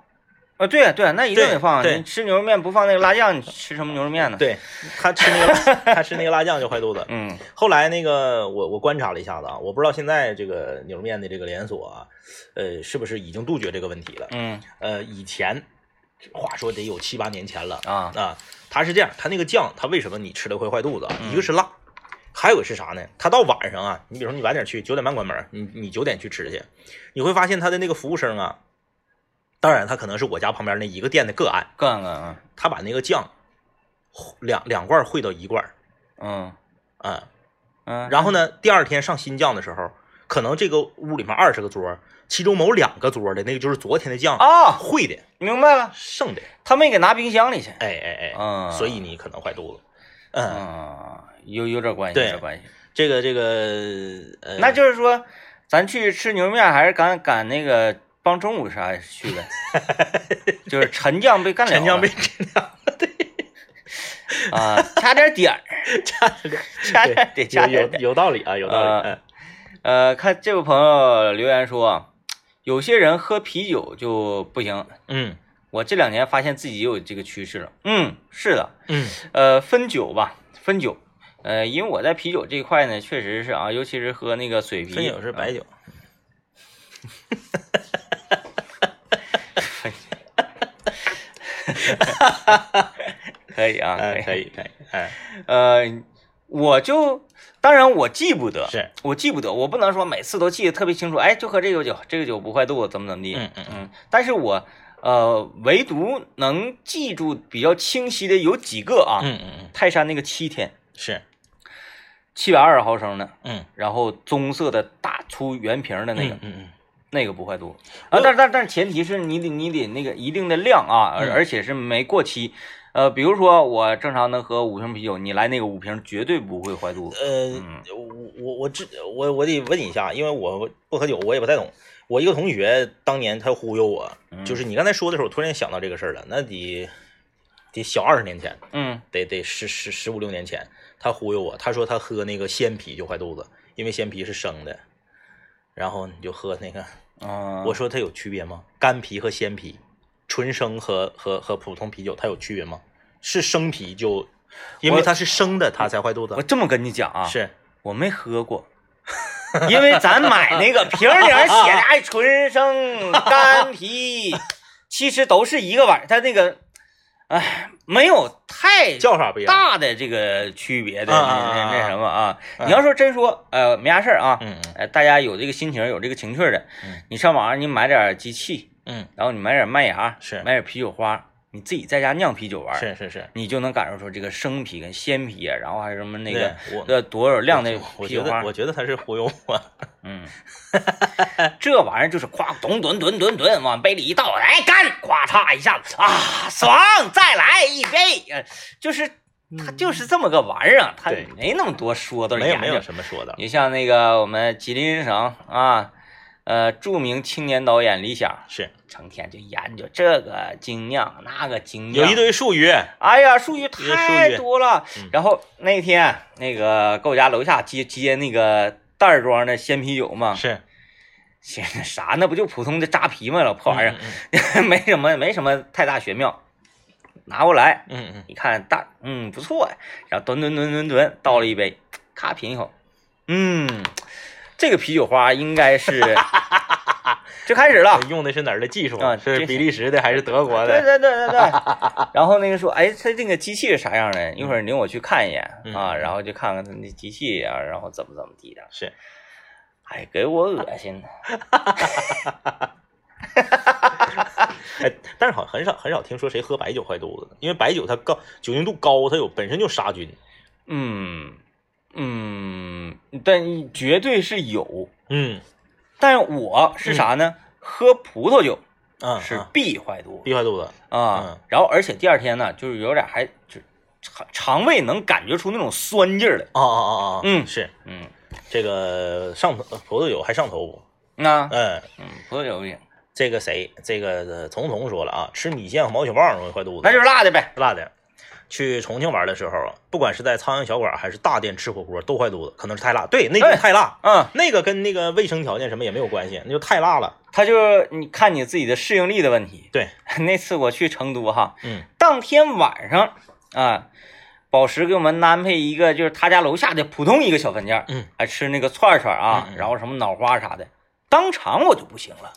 [SPEAKER 1] 啊，对啊对啊，那一定
[SPEAKER 2] 对
[SPEAKER 1] 得放。
[SPEAKER 2] 对
[SPEAKER 1] 你吃牛肉面不放那个辣酱，你吃什么牛肉面呢？，
[SPEAKER 2] 对他 吃那个他吃那个辣酱就坏肚子。
[SPEAKER 1] 嗯
[SPEAKER 2] 后来那个我我观察了一下子啊，我不知道现在这个牛肉面的这个连锁啊，呃，是不是已经杜绝这个问题了？
[SPEAKER 1] 嗯
[SPEAKER 2] 呃，以前话说得有七八年前了
[SPEAKER 1] 啊
[SPEAKER 2] 啊，它是这样，它那个酱，它为什么你吃了会坏肚子啊？
[SPEAKER 1] 嗯
[SPEAKER 2] 一个是辣，还有一个是啥呢？它到晚上啊，你比如说你晚点去，九点半关门，你你九点去吃去，你会发现它的那个服务生啊，当然他可能是我家旁边那一个店的个案，
[SPEAKER 1] 干干啊，
[SPEAKER 2] 他把那个酱两两罐烩到一罐儿，
[SPEAKER 1] 嗯
[SPEAKER 2] 啊、
[SPEAKER 1] 嗯，
[SPEAKER 2] 然后呢，第二天上新酱的时候，可能这个屋里面二十个桌儿，其中某两个桌儿的那个就是昨天的酱
[SPEAKER 1] 啊，
[SPEAKER 2] 烩的
[SPEAKER 1] 明白了，
[SPEAKER 2] 剩的，
[SPEAKER 1] 他没给拿冰箱里去。
[SPEAKER 2] 哎哎哎，
[SPEAKER 1] 嗯，
[SPEAKER 2] 所以你可能坏肚子。嗯，
[SPEAKER 1] 嗯，有有点关系，
[SPEAKER 2] 对
[SPEAKER 1] 有点关系。
[SPEAKER 2] 这个这个，呃，
[SPEAKER 1] 那就是说，咱去吃牛肉面还是赶赶那个帮中午啥去 呗？就是陈酱被干了了，
[SPEAKER 2] 陈酱被
[SPEAKER 1] 啊，掐点点儿，
[SPEAKER 2] 加了点，
[SPEAKER 1] 掐点得
[SPEAKER 2] 对
[SPEAKER 1] 掐
[SPEAKER 2] 有
[SPEAKER 1] 点
[SPEAKER 2] 有
[SPEAKER 1] 点。
[SPEAKER 2] 有道理啊，有道理。
[SPEAKER 1] 呃
[SPEAKER 2] 嗯
[SPEAKER 1] 呃，看这位朋友留言说啊，有些人喝啤酒就不行。
[SPEAKER 2] 嗯
[SPEAKER 1] 我这两年发现自己有这个趋势了。嗯，是的，
[SPEAKER 2] 嗯
[SPEAKER 1] 呃，分酒吧，分酒。呃，因为我在啤酒这一块呢，确实是啊，尤其是喝那个水啤，
[SPEAKER 2] 分嗯酒啊是白酒，
[SPEAKER 1] 可以啊，
[SPEAKER 2] 哎，可以可以，哎，
[SPEAKER 1] 呃，我就当然我记不得，
[SPEAKER 2] 是，
[SPEAKER 1] 我记不得，我不能说每次都记得特别清楚。哎，就喝这个酒，这个酒不坏肚子，怎么怎么地。
[SPEAKER 2] 嗯嗯嗯
[SPEAKER 1] 嗯，但是我呃，唯独能记住比较清晰的有几个啊，
[SPEAKER 2] 嗯嗯嗯，
[SPEAKER 1] 泰山那个七天，
[SPEAKER 2] 是，
[SPEAKER 1] 七百二十毫升的，
[SPEAKER 2] 嗯
[SPEAKER 1] 然后棕色的大粗圆瓶的那个，
[SPEAKER 2] 嗯嗯
[SPEAKER 1] 那个不坏肚子啊。但但但是前提是你得你得那个一定的量啊，而
[SPEAKER 2] 嗯
[SPEAKER 1] 而且是没过期。呃，比如说我正常能喝五瓶啤酒，你来那个五瓶绝对不会坏肚子。
[SPEAKER 2] 嗯，呃，我我我这我我得问你一下，因为我不喝酒，我也不太懂。我一个同学当年他忽悠我，就是你刚才说的时候，我突然想到这个事儿了，那得得小二十年前，
[SPEAKER 1] 嗯
[SPEAKER 2] 得得十十十五六年前，他忽悠我，他说他喝那个鲜啤就坏肚子，因为鲜啤是生的，然后你就喝那个。
[SPEAKER 1] 啊，
[SPEAKER 2] 我说它有区别吗？干啤和鲜啤，纯生和和和普通啤酒它有区别吗？是生啤就，因为
[SPEAKER 1] 我
[SPEAKER 2] 它是生的，它才坏肚子
[SPEAKER 1] 我。这么跟你讲啊，
[SPEAKER 2] 是，
[SPEAKER 1] 我没喝 过，因为咱买那个瓶儿里面写 的哎纯生干啤，其实都是一个玩意儿，它那个哎没有太
[SPEAKER 2] 叫法不一样。
[SPEAKER 1] 大的这个区别的
[SPEAKER 2] 啊
[SPEAKER 1] 那
[SPEAKER 2] 啊啊
[SPEAKER 1] 那那什么啊。
[SPEAKER 2] 啊
[SPEAKER 1] 你要说真说呃没啥事儿啊，
[SPEAKER 2] 嗯嗯
[SPEAKER 1] 呃大家有这个心情有这个情趣儿的
[SPEAKER 2] 嗯，
[SPEAKER 1] 你上网上你买点机器，
[SPEAKER 2] 嗯，
[SPEAKER 1] 然后你买点麦芽，
[SPEAKER 2] 是
[SPEAKER 1] 买点啤酒花，你自己在家酿啤酒玩儿。
[SPEAKER 2] 是是是，
[SPEAKER 1] 你就能感受出这个生啤跟鲜啤啊，然后还有什么那个
[SPEAKER 2] 对我
[SPEAKER 1] 呃多少量的
[SPEAKER 2] 我
[SPEAKER 1] 啤
[SPEAKER 2] 觉
[SPEAKER 1] 酒
[SPEAKER 2] 得
[SPEAKER 1] 花
[SPEAKER 2] 我，觉得他是忽悠我。
[SPEAKER 1] 嗯，这玩意儿就是夸咚吨吨吨吨往杯里一倒，来干，咵嚓一下子啊，爽，再来一杯，呃就是它就是这么个玩意儿啊，它
[SPEAKER 2] 嗯对
[SPEAKER 1] 没那么多说道
[SPEAKER 2] 没有
[SPEAKER 1] 研
[SPEAKER 2] 没有
[SPEAKER 1] 究。
[SPEAKER 2] 什么说的。
[SPEAKER 1] 你像那个我们吉林省啊，呃，著名青年导演李想，
[SPEAKER 2] 是
[SPEAKER 1] 成天就研究这个精酿那个精
[SPEAKER 2] 有
[SPEAKER 1] 酿，
[SPEAKER 2] 一堆术语，
[SPEAKER 1] 哎呀，术语
[SPEAKER 2] 些术语
[SPEAKER 1] 太多了。
[SPEAKER 2] 嗯
[SPEAKER 1] 然后那天那个搁我家楼下接接那个袋儿装的鲜啤酒嘛，
[SPEAKER 2] 是
[SPEAKER 1] 行，啥那不就普通的扎啤嘛，老破玩意
[SPEAKER 2] 嗯
[SPEAKER 1] 儿， 没什么没什么太大玄妙。拿过来
[SPEAKER 2] 嗯嗯
[SPEAKER 1] 一看袋儿，嗯，不错呀。然后吨吨吨吨吨倒了一杯，咔品一口，嗯，这个啤酒花应该 是就开始了
[SPEAKER 2] 嗯，。 用的是哪儿的技术
[SPEAKER 1] 啊？
[SPEAKER 2] 是
[SPEAKER 1] 这
[SPEAKER 2] 比利时的还是德国
[SPEAKER 1] 对对
[SPEAKER 2] 的？
[SPEAKER 1] 对对对。然后那个说，哎，它这个机器是啥样的？一会儿领我去看一眼
[SPEAKER 2] 嗯
[SPEAKER 1] 啊，然后就看看它那机器啊，然后怎么怎么地的。
[SPEAKER 2] 是，
[SPEAKER 1] 哎，给我恶心的。
[SPEAKER 2] 哎，但是好像很少很少听说谁喝白酒坏肚子的，因为白酒它高酒精度高，它有本身就杀菌。
[SPEAKER 1] 嗯嗯，但绝对是有。
[SPEAKER 2] 嗯
[SPEAKER 1] 但我是啥呢？喝葡萄酒
[SPEAKER 2] 嗯，
[SPEAKER 1] 是
[SPEAKER 2] 嗯
[SPEAKER 1] 必坏肚子
[SPEAKER 2] 逼坏肚子。
[SPEAKER 1] 啊
[SPEAKER 2] 嗯。
[SPEAKER 1] 然后而且第二天呢，就是有点还就肠肠胃能感觉出那种酸劲儿来。
[SPEAKER 2] 哦哦哦哦，
[SPEAKER 1] 嗯
[SPEAKER 2] 是
[SPEAKER 1] 嗯，
[SPEAKER 2] 这个上头葡萄酒还上头。
[SPEAKER 1] 那
[SPEAKER 2] 嗯，
[SPEAKER 1] 嗯，葡萄酒不行，
[SPEAKER 2] 这个谁，这个呃彤彤说了啊，吃米线和毛血旺容易坏肚子，
[SPEAKER 1] 那就是辣的呗。
[SPEAKER 2] 辣的。去重庆玩的时候啊，不管是在苍蝇小馆还是大店吃火锅，都坏肚子，可能是太辣。对，那个
[SPEAKER 1] 哎
[SPEAKER 2] 太辣，
[SPEAKER 1] 嗯，
[SPEAKER 2] 那个跟那个卫生条件什么也没有关系，那就太辣了。
[SPEAKER 1] 他就是你看你自己的适应力的问题。
[SPEAKER 2] 对，
[SPEAKER 1] 那次我去成都哈，
[SPEAKER 2] 嗯
[SPEAKER 1] 当天晚上啊，宝石给我们安排一个就是他家楼下的普通一个小饭店，
[SPEAKER 2] 嗯，
[SPEAKER 1] 还吃那个串串啊，
[SPEAKER 2] 嗯嗯
[SPEAKER 1] 然后什么脑花啥的，当场我就不行了，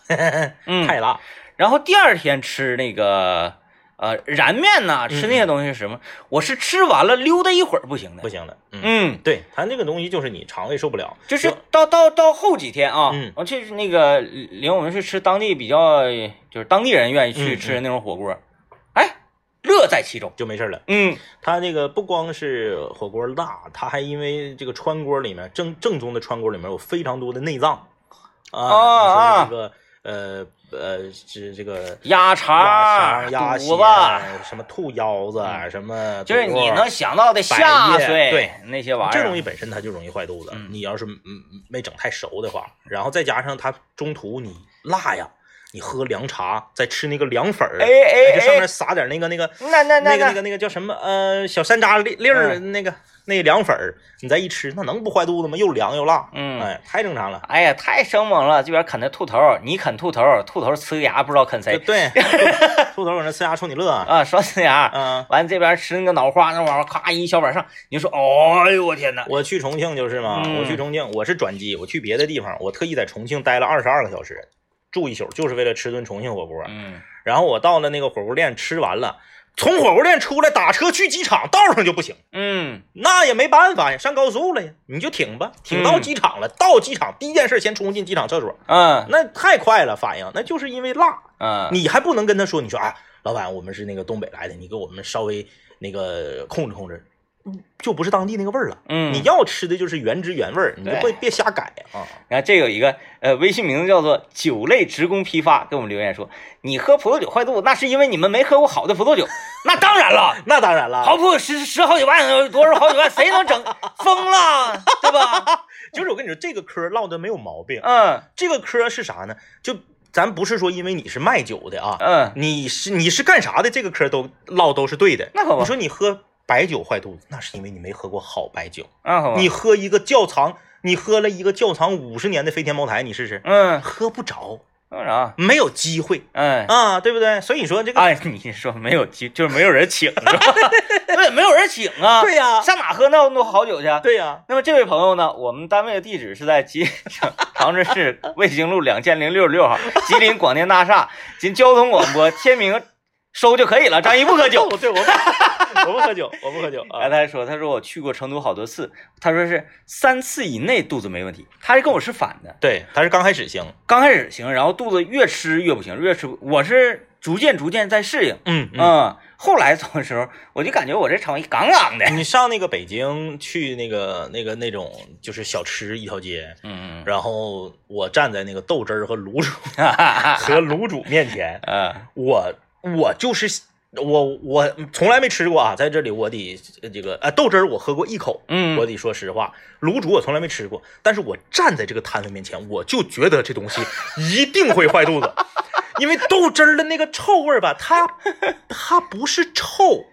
[SPEAKER 1] 嗯，
[SPEAKER 2] 太辣。
[SPEAKER 1] 然后第二天吃那个呃燃面
[SPEAKER 2] 嗯
[SPEAKER 1] 呐、吃那些东西是什么，我是吃完了溜达一会儿不行的，
[SPEAKER 2] 不行的，嗯，
[SPEAKER 1] 嗯，
[SPEAKER 2] 对，它那个东西就是你肠胃受不了，
[SPEAKER 1] 就是到到到后几天啊，
[SPEAKER 2] 嗯
[SPEAKER 1] 我去那个领我们去吃当地比较就是当地人愿意去
[SPEAKER 2] 嗯
[SPEAKER 1] 吃的那种火锅，哎，乐在其中，
[SPEAKER 2] 就没事了。
[SPEAKER 1] 嗯，
[SPEAKER 2] 它那个不光是火锅辣，它还因为这个川锅里面正正宗的川锅里面有非常多的内脏啊，
[SPEAKER 1] 哦
[SPEAKER 2] 你说这个呃呃是这个
[SPEAKER 1] 鸭肠、
[SPEAKER 2] 肠、鸭血
[SPEAKER 1] 肚啊子，、
[SPEAKER 2] 什么兔腰子、啊
[SPEAKER 1] 嗯
[SPEAKER 2] 什么肚肉，啊
[SPEAKER 1] 就是你能想到的下
[SPEAKER 2] 百
[SPEAKER 1] 水
[SPEAKER 2] 叶对
[SPEAKER 1] 那些玩意儿，啊
[SPEAKER 2] 这东西本身它就容易坏肚子，
[SPEAKER 1] 嗯
[SPEAKER 2] 你要是嗯嗯没整太熟的话，然后再加上它中途你辣呀，你喝凉茶再吃那个凉粉儿，
[SPEAKER 1] 哎哎
[SPEAKER 2] 就上面
[SPEAKER 1] 哎，
[SPEAKER 2] 撒点那个那个。
[SPEAKER 1] 那那
[SPEAKER 2] 那
[SPEAKER 1] 那嗯
[SPEAKER 2] 个那个那个叫什么呃小山楂粒粒儿那个那凉粉儿，你再一吃，那能不坏肚子吗？又凉又辣，
[SPEAKER 1] 嗯
[SPEAKER 2] 哎，太正常了。
[SPEAKER 1] 哎呀，太生猛了！这边啃的兔头，你啃兔头，兔头呲牙不知道啃谁
[SPEAKER 2] 对 对，兔头搁那呲牙冲你乐啊，
[SPEAKER 1] 啊，双呲牙。
[SPEAKER 2] 嗯，
[SPEAKER 1] 完这边吃那个脑花，那玩意儿咔一小板上，你就说，哦、哎呦我天哪！
[SPEAKER 2] 我去重庆就是嘛，
[SPEAKER 1] 嗯
[SPEAKER 2] 我去重庆我是转机，我去别的地方，我特意在重庆待了二十二个小时，住一宿就是为了吃顿重庆火锅。
[SPEAKER 1] 嗯，
[SPEAKER 2] 然后我到了那个火锅店吃完了，从火锅店出来打车去机场，道上就不行。
[SPEAKER 1] 嗯，
[SPEAKER 2] 那也没办法呀，上高速了呀，你就挺吧，挺到
[SPEAKER 1] 嗯
[SPEAKER 2] 机场了。到机场第一件事先冲进机场厕所，
[SPEAKER 1] 嗯，
[SPEAKER 2] 那太快了，反应那就是因为辣，
[SPEAKER 1] 嗯，
[SPEAKER 2] 你还不能跟他说，你说啊，老板，我们是那个东北来的，你给我们稍微那个控制控制，就不是当地那个味儿了。
[SPEAKER 1] 嗯，
[SPEAKER 2] 你要吃的就是原汁原味儿，你就
[SPEAKER 1] 对嗯
[SPEAKER 2] 别别瞎改啊。
[SPEAKER 1] 然后这有一个呃微信名字叫做“酒类职工批发”，给我们留言说：“你喝葡萄酒坏肚子，那是因为你们没喝过好的葡萄酒。那当然了，
[SPEAKER 2] 那当然了，
[SPEAKER 1] 好葡萄十十好几万，多少好几万，谁能整疯了，对吧？
[SPEAKER 2] 就是我跟你说，这个嗑儿唠的没有毛病。
[SPEAKER 1] 嗯
[SPEAKER 2] 这个嗑儿是啥呢？就咱不是说因为你是卖酒的啊，
[SPEAKER 1] 嗯，
[SPEAKER 2] 你是你是干啥的？这个嗑儿都唠都是对的。
[SPEAKER 1] 那可不
[SPEAKER 2] 你，说你喝白酒坏肚子，那是因为你没喝过好白酒。
[SPEAKER 1] 那可不，
[SPEAKER 2] 你喝一个窖藏，你喝了一个窖藏五十年的飞天茅台，你试试，
[SPEAKER 1] 嗯，
[SPEAKER 2] 喝不着，
[SPEAKER 1] 那啥，
[SPEAKER 2] 没有机会
[SPEAKER 1] 嗯。”
[SPEAKER 2] 啊，对不对？所以 说这个，
[SPEAKER 1] 哎，你说没有请，就是没有人请，是吧？对，没有人请啊。
[SPEAKER 2] 对呀
[SPEAKER 1] 上哪喝那么多好酒去啊？
[SPEAKER 2] 对呀，
[SPEAKER 1] 那么这位朋友呢，我们单位的地址是在吉长春市卫星路两千零六十六号，吉林广电大厦，仅交通广播天明收就可以了。张一不喝酒。
[SPEAKER 2] 我哦对我不我不喝酒，我不喝酒
[SPEAKER 1] 哎，
[SPEAKER 2] 啊。
[SPEAKER 1] 他还说，他说我去过成都好多次，他说是三次以内肚子没问题，他是跟我是反的，
[SPEAKER 2] 对，他是刚开始行，
[SPEAKER 1] 刚开始行，然后肚子越吃越不行，越吃不我是逐渐逐渐在适应，
[SPEAKER 2] 嗯嗯。
[SPEAKER 1] 嗯，后来走的时候，我就感觉我这肠胃杠杠的，
[SPEAKER 2] 你上那个北京去那个那个那种就是小吃一条街，
[SPEAKER 1] 嗯
[SPEAKER 2] 然后我站在那个豆汁儿和 卤煮
[SPEAKER 1] 哈哈哈，
[SPEAKER 2] 和卤煮面前，
[SPEAKER 1] 嗯
[SPEAKER 2] 我我就是我我从来没吃过啊，在这里我得呃这个啊豆汁儿我喝过一口，
[SPEAKER 1] 嗯
[SPEAKER 2] 我得说实话，卤煮我从来没吃过，但是我站在这个摊位面前，我就觉得这东西一定会坏肚子，因为豆汁儿的那个臭味儿吧，它它不是臭，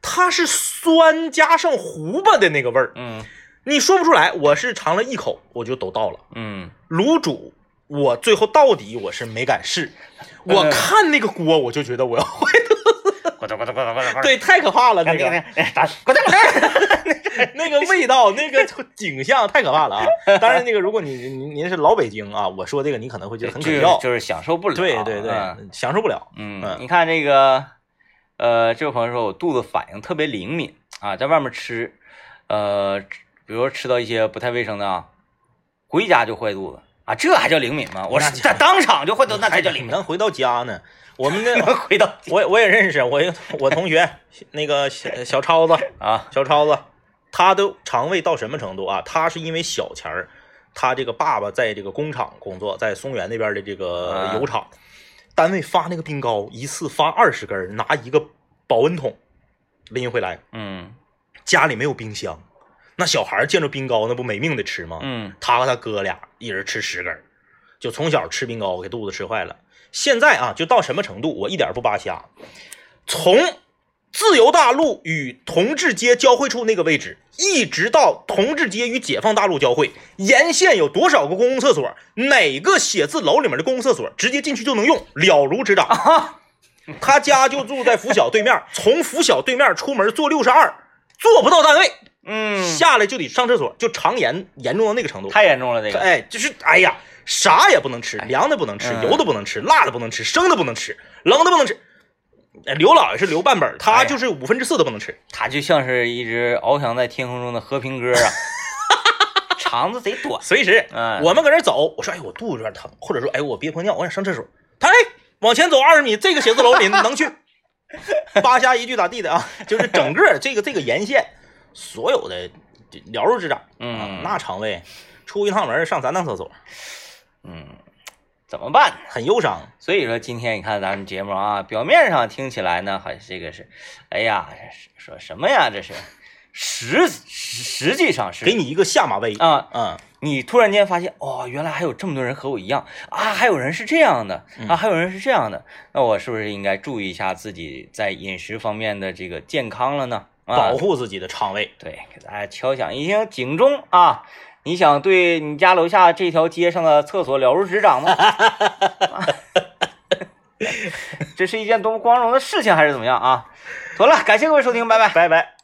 [SPEAKER 2] 它是酸加上胡巴的那个味儿，
[SPEAKER 1] 嗯
[SPEAKER 2] 你说不出来，我是尝了一口我就都到了。
[SPEAKER 1] 嗯，
[SPEAKER 2] 卤煮，我最后到底我是没敢试。
[SPEAKER 1] 嗯
[SPEAKER 2] 我看那个锅，我就觉 得我要坏。
[SPEAKER 1] 咕嘟咕嘟咕嘟咕嘟，
[SPEAKER 2] 对，太可怕了，那
[SPEAKER 1] 那个
[SPEAKER 2] 个
[SPEAKER 1] 啥，滚蛋滚蛋！
[SPEAKER 2] 那个 味道，那个景象太可怕了啊！当然，那个如果你您您是老北京啊，我说这个你可能会觉得很可
[SPEAKER 1] 就是
[SPEAKER 2] 笑。
[SPEAKER 1] 就是享受不了。
[SPEAKER 2] 对对对
[SPEAKER 1] 嗯，
[SPEAKER 2] 享受不了。
[SPEAKER 1] 嗯，
[SPEAKER 2] 嗯
[SPEAKER 1] 你看这个，呃，这位朋友说我肚子反应特别灵敏啊，在外面吃，呃，比如说吃到一些不太卫生的啊，回家就坏肚子啊，这还叫灵敏吗？我
[SPEAKER 2] 那
[SPEAKER 1] 是在当场就坏肚子，那才叫灵
[SPEAKER 2] 你
[SPEAKER 1] 敏。
[SPEAKER 2] 能回到家呢？我 们那
[SPEAKER 1] 回到
[SPEAKER 2] 我也我也认识，我一个我同学那个小小超子，
[SPEAKER 1] 啊，
[SPEAKER 2] 小超子，他的肠胃到什么程度啊？他是因为小前儿，他这个爸爸在这个工厂工作，在松原那边的这个
[SPEAKER 1] 啊
[SPEAKER 2] 油厂，单位发那个冰糕，一次发二十根儿，拿一个保温桶拎回来。
[SPEAKER 1] 嗯
[SPEAKER 2] 家里没有冰箱，那小孩儿见着冰糕那不没命的吃吗？
[SPEAKER 1] 嗯
[SPEAKER 2] 他和他哥俩一人吃十根儿，就从小吃冰糕给肚子吃坏了。现在啊，就到什么程度？我一点儿不扒瞎，从自由大路与同志街交汇处那个位置，一直到同志街与解放大路交汇，沿线有多少个公共厕所？哪个写字楼里面的公共厕所直接进去就能用，了如指掌。
[SPEAKER 1] 啊，
[SPEAKER 2] 他家就住在拂晓对面， 从拂晓对面出门坐六十二，坐不到单位，
[SPEAKER 1] 嗯，
[SPEAKER 2] 下来就得上厕所，就肠炎严重到那个程度。
[SPEAKER 1] 太严重了这个，
[SPEAKER 2] 哎，就是哎呀，啥也不能吃，凉的不能吃，
[SPEAKER 1] 嗯
[SPEAKER 2] 油的不能吃，辣的不能吃，生的不能吃，冷的不能吃。哎刘老爷是刘半本儿，
[SPEAKER 1] 哎
[SPEAKER 2] 他
[SPEAKER 1] 呀
[SPEAKER 2] 就是五分之四都不能吃。
[SPEAKER 1] 它就像是一只翱翔在天空中的和平鸽 啊，肠子贼短，
[SPEAKER 2] 随时，
[SPEAKER 1] 嗯
[SPEAKER 2] 我们搁这走，我说哎，我肚子有点疼，或者说哎，我憋泡尿，我想上厕所。他哎，往前走二十米，这个写字楼 里能去。扒瞎一句咋地的啊？就是整个这个这个沿线，所有的了如指掌。啊
[SPEAKER 1] 嗯
[SPEAKER 2] 那肠胃出一趟门上咱趟厕所，
[SPEAKER 1] 嗯，怎么办呢？
[SPEAKER 2] 很忧伤。
[SPEAKER 1] 所以说今天你看咱们节目啊，表面上听起来呢，好像这个是，哎呀，这是说什么呀？这是，实实实际上是
[SPEAKER 2] 给你一个下马威
[SPEAKER 1] 啊，
[SPEAKER 2] 嗯，
[SPEAKER 1] 你突然间发现，哦，原来还有这么多人和我一样啊，还有人是这样的
[SPEAKER 2] 嗯
[SPEAKER 1] 啊，还有人是这样的，那我是不是应该注意一下自己在饮食方面的这个健康了呢？啊、
[SPEAKER 2] 保护自己的肠胃。
[SPEAKER 1] 对，给大家敲响一声警钟啊！你想对你家楼下这条街上的厕所了如指掌吗？ 这是一件多么光荣的事情，还是怎么样啊？妥了，感谢各位收听，拜拜。
[SPEAKER 2] 拜拜。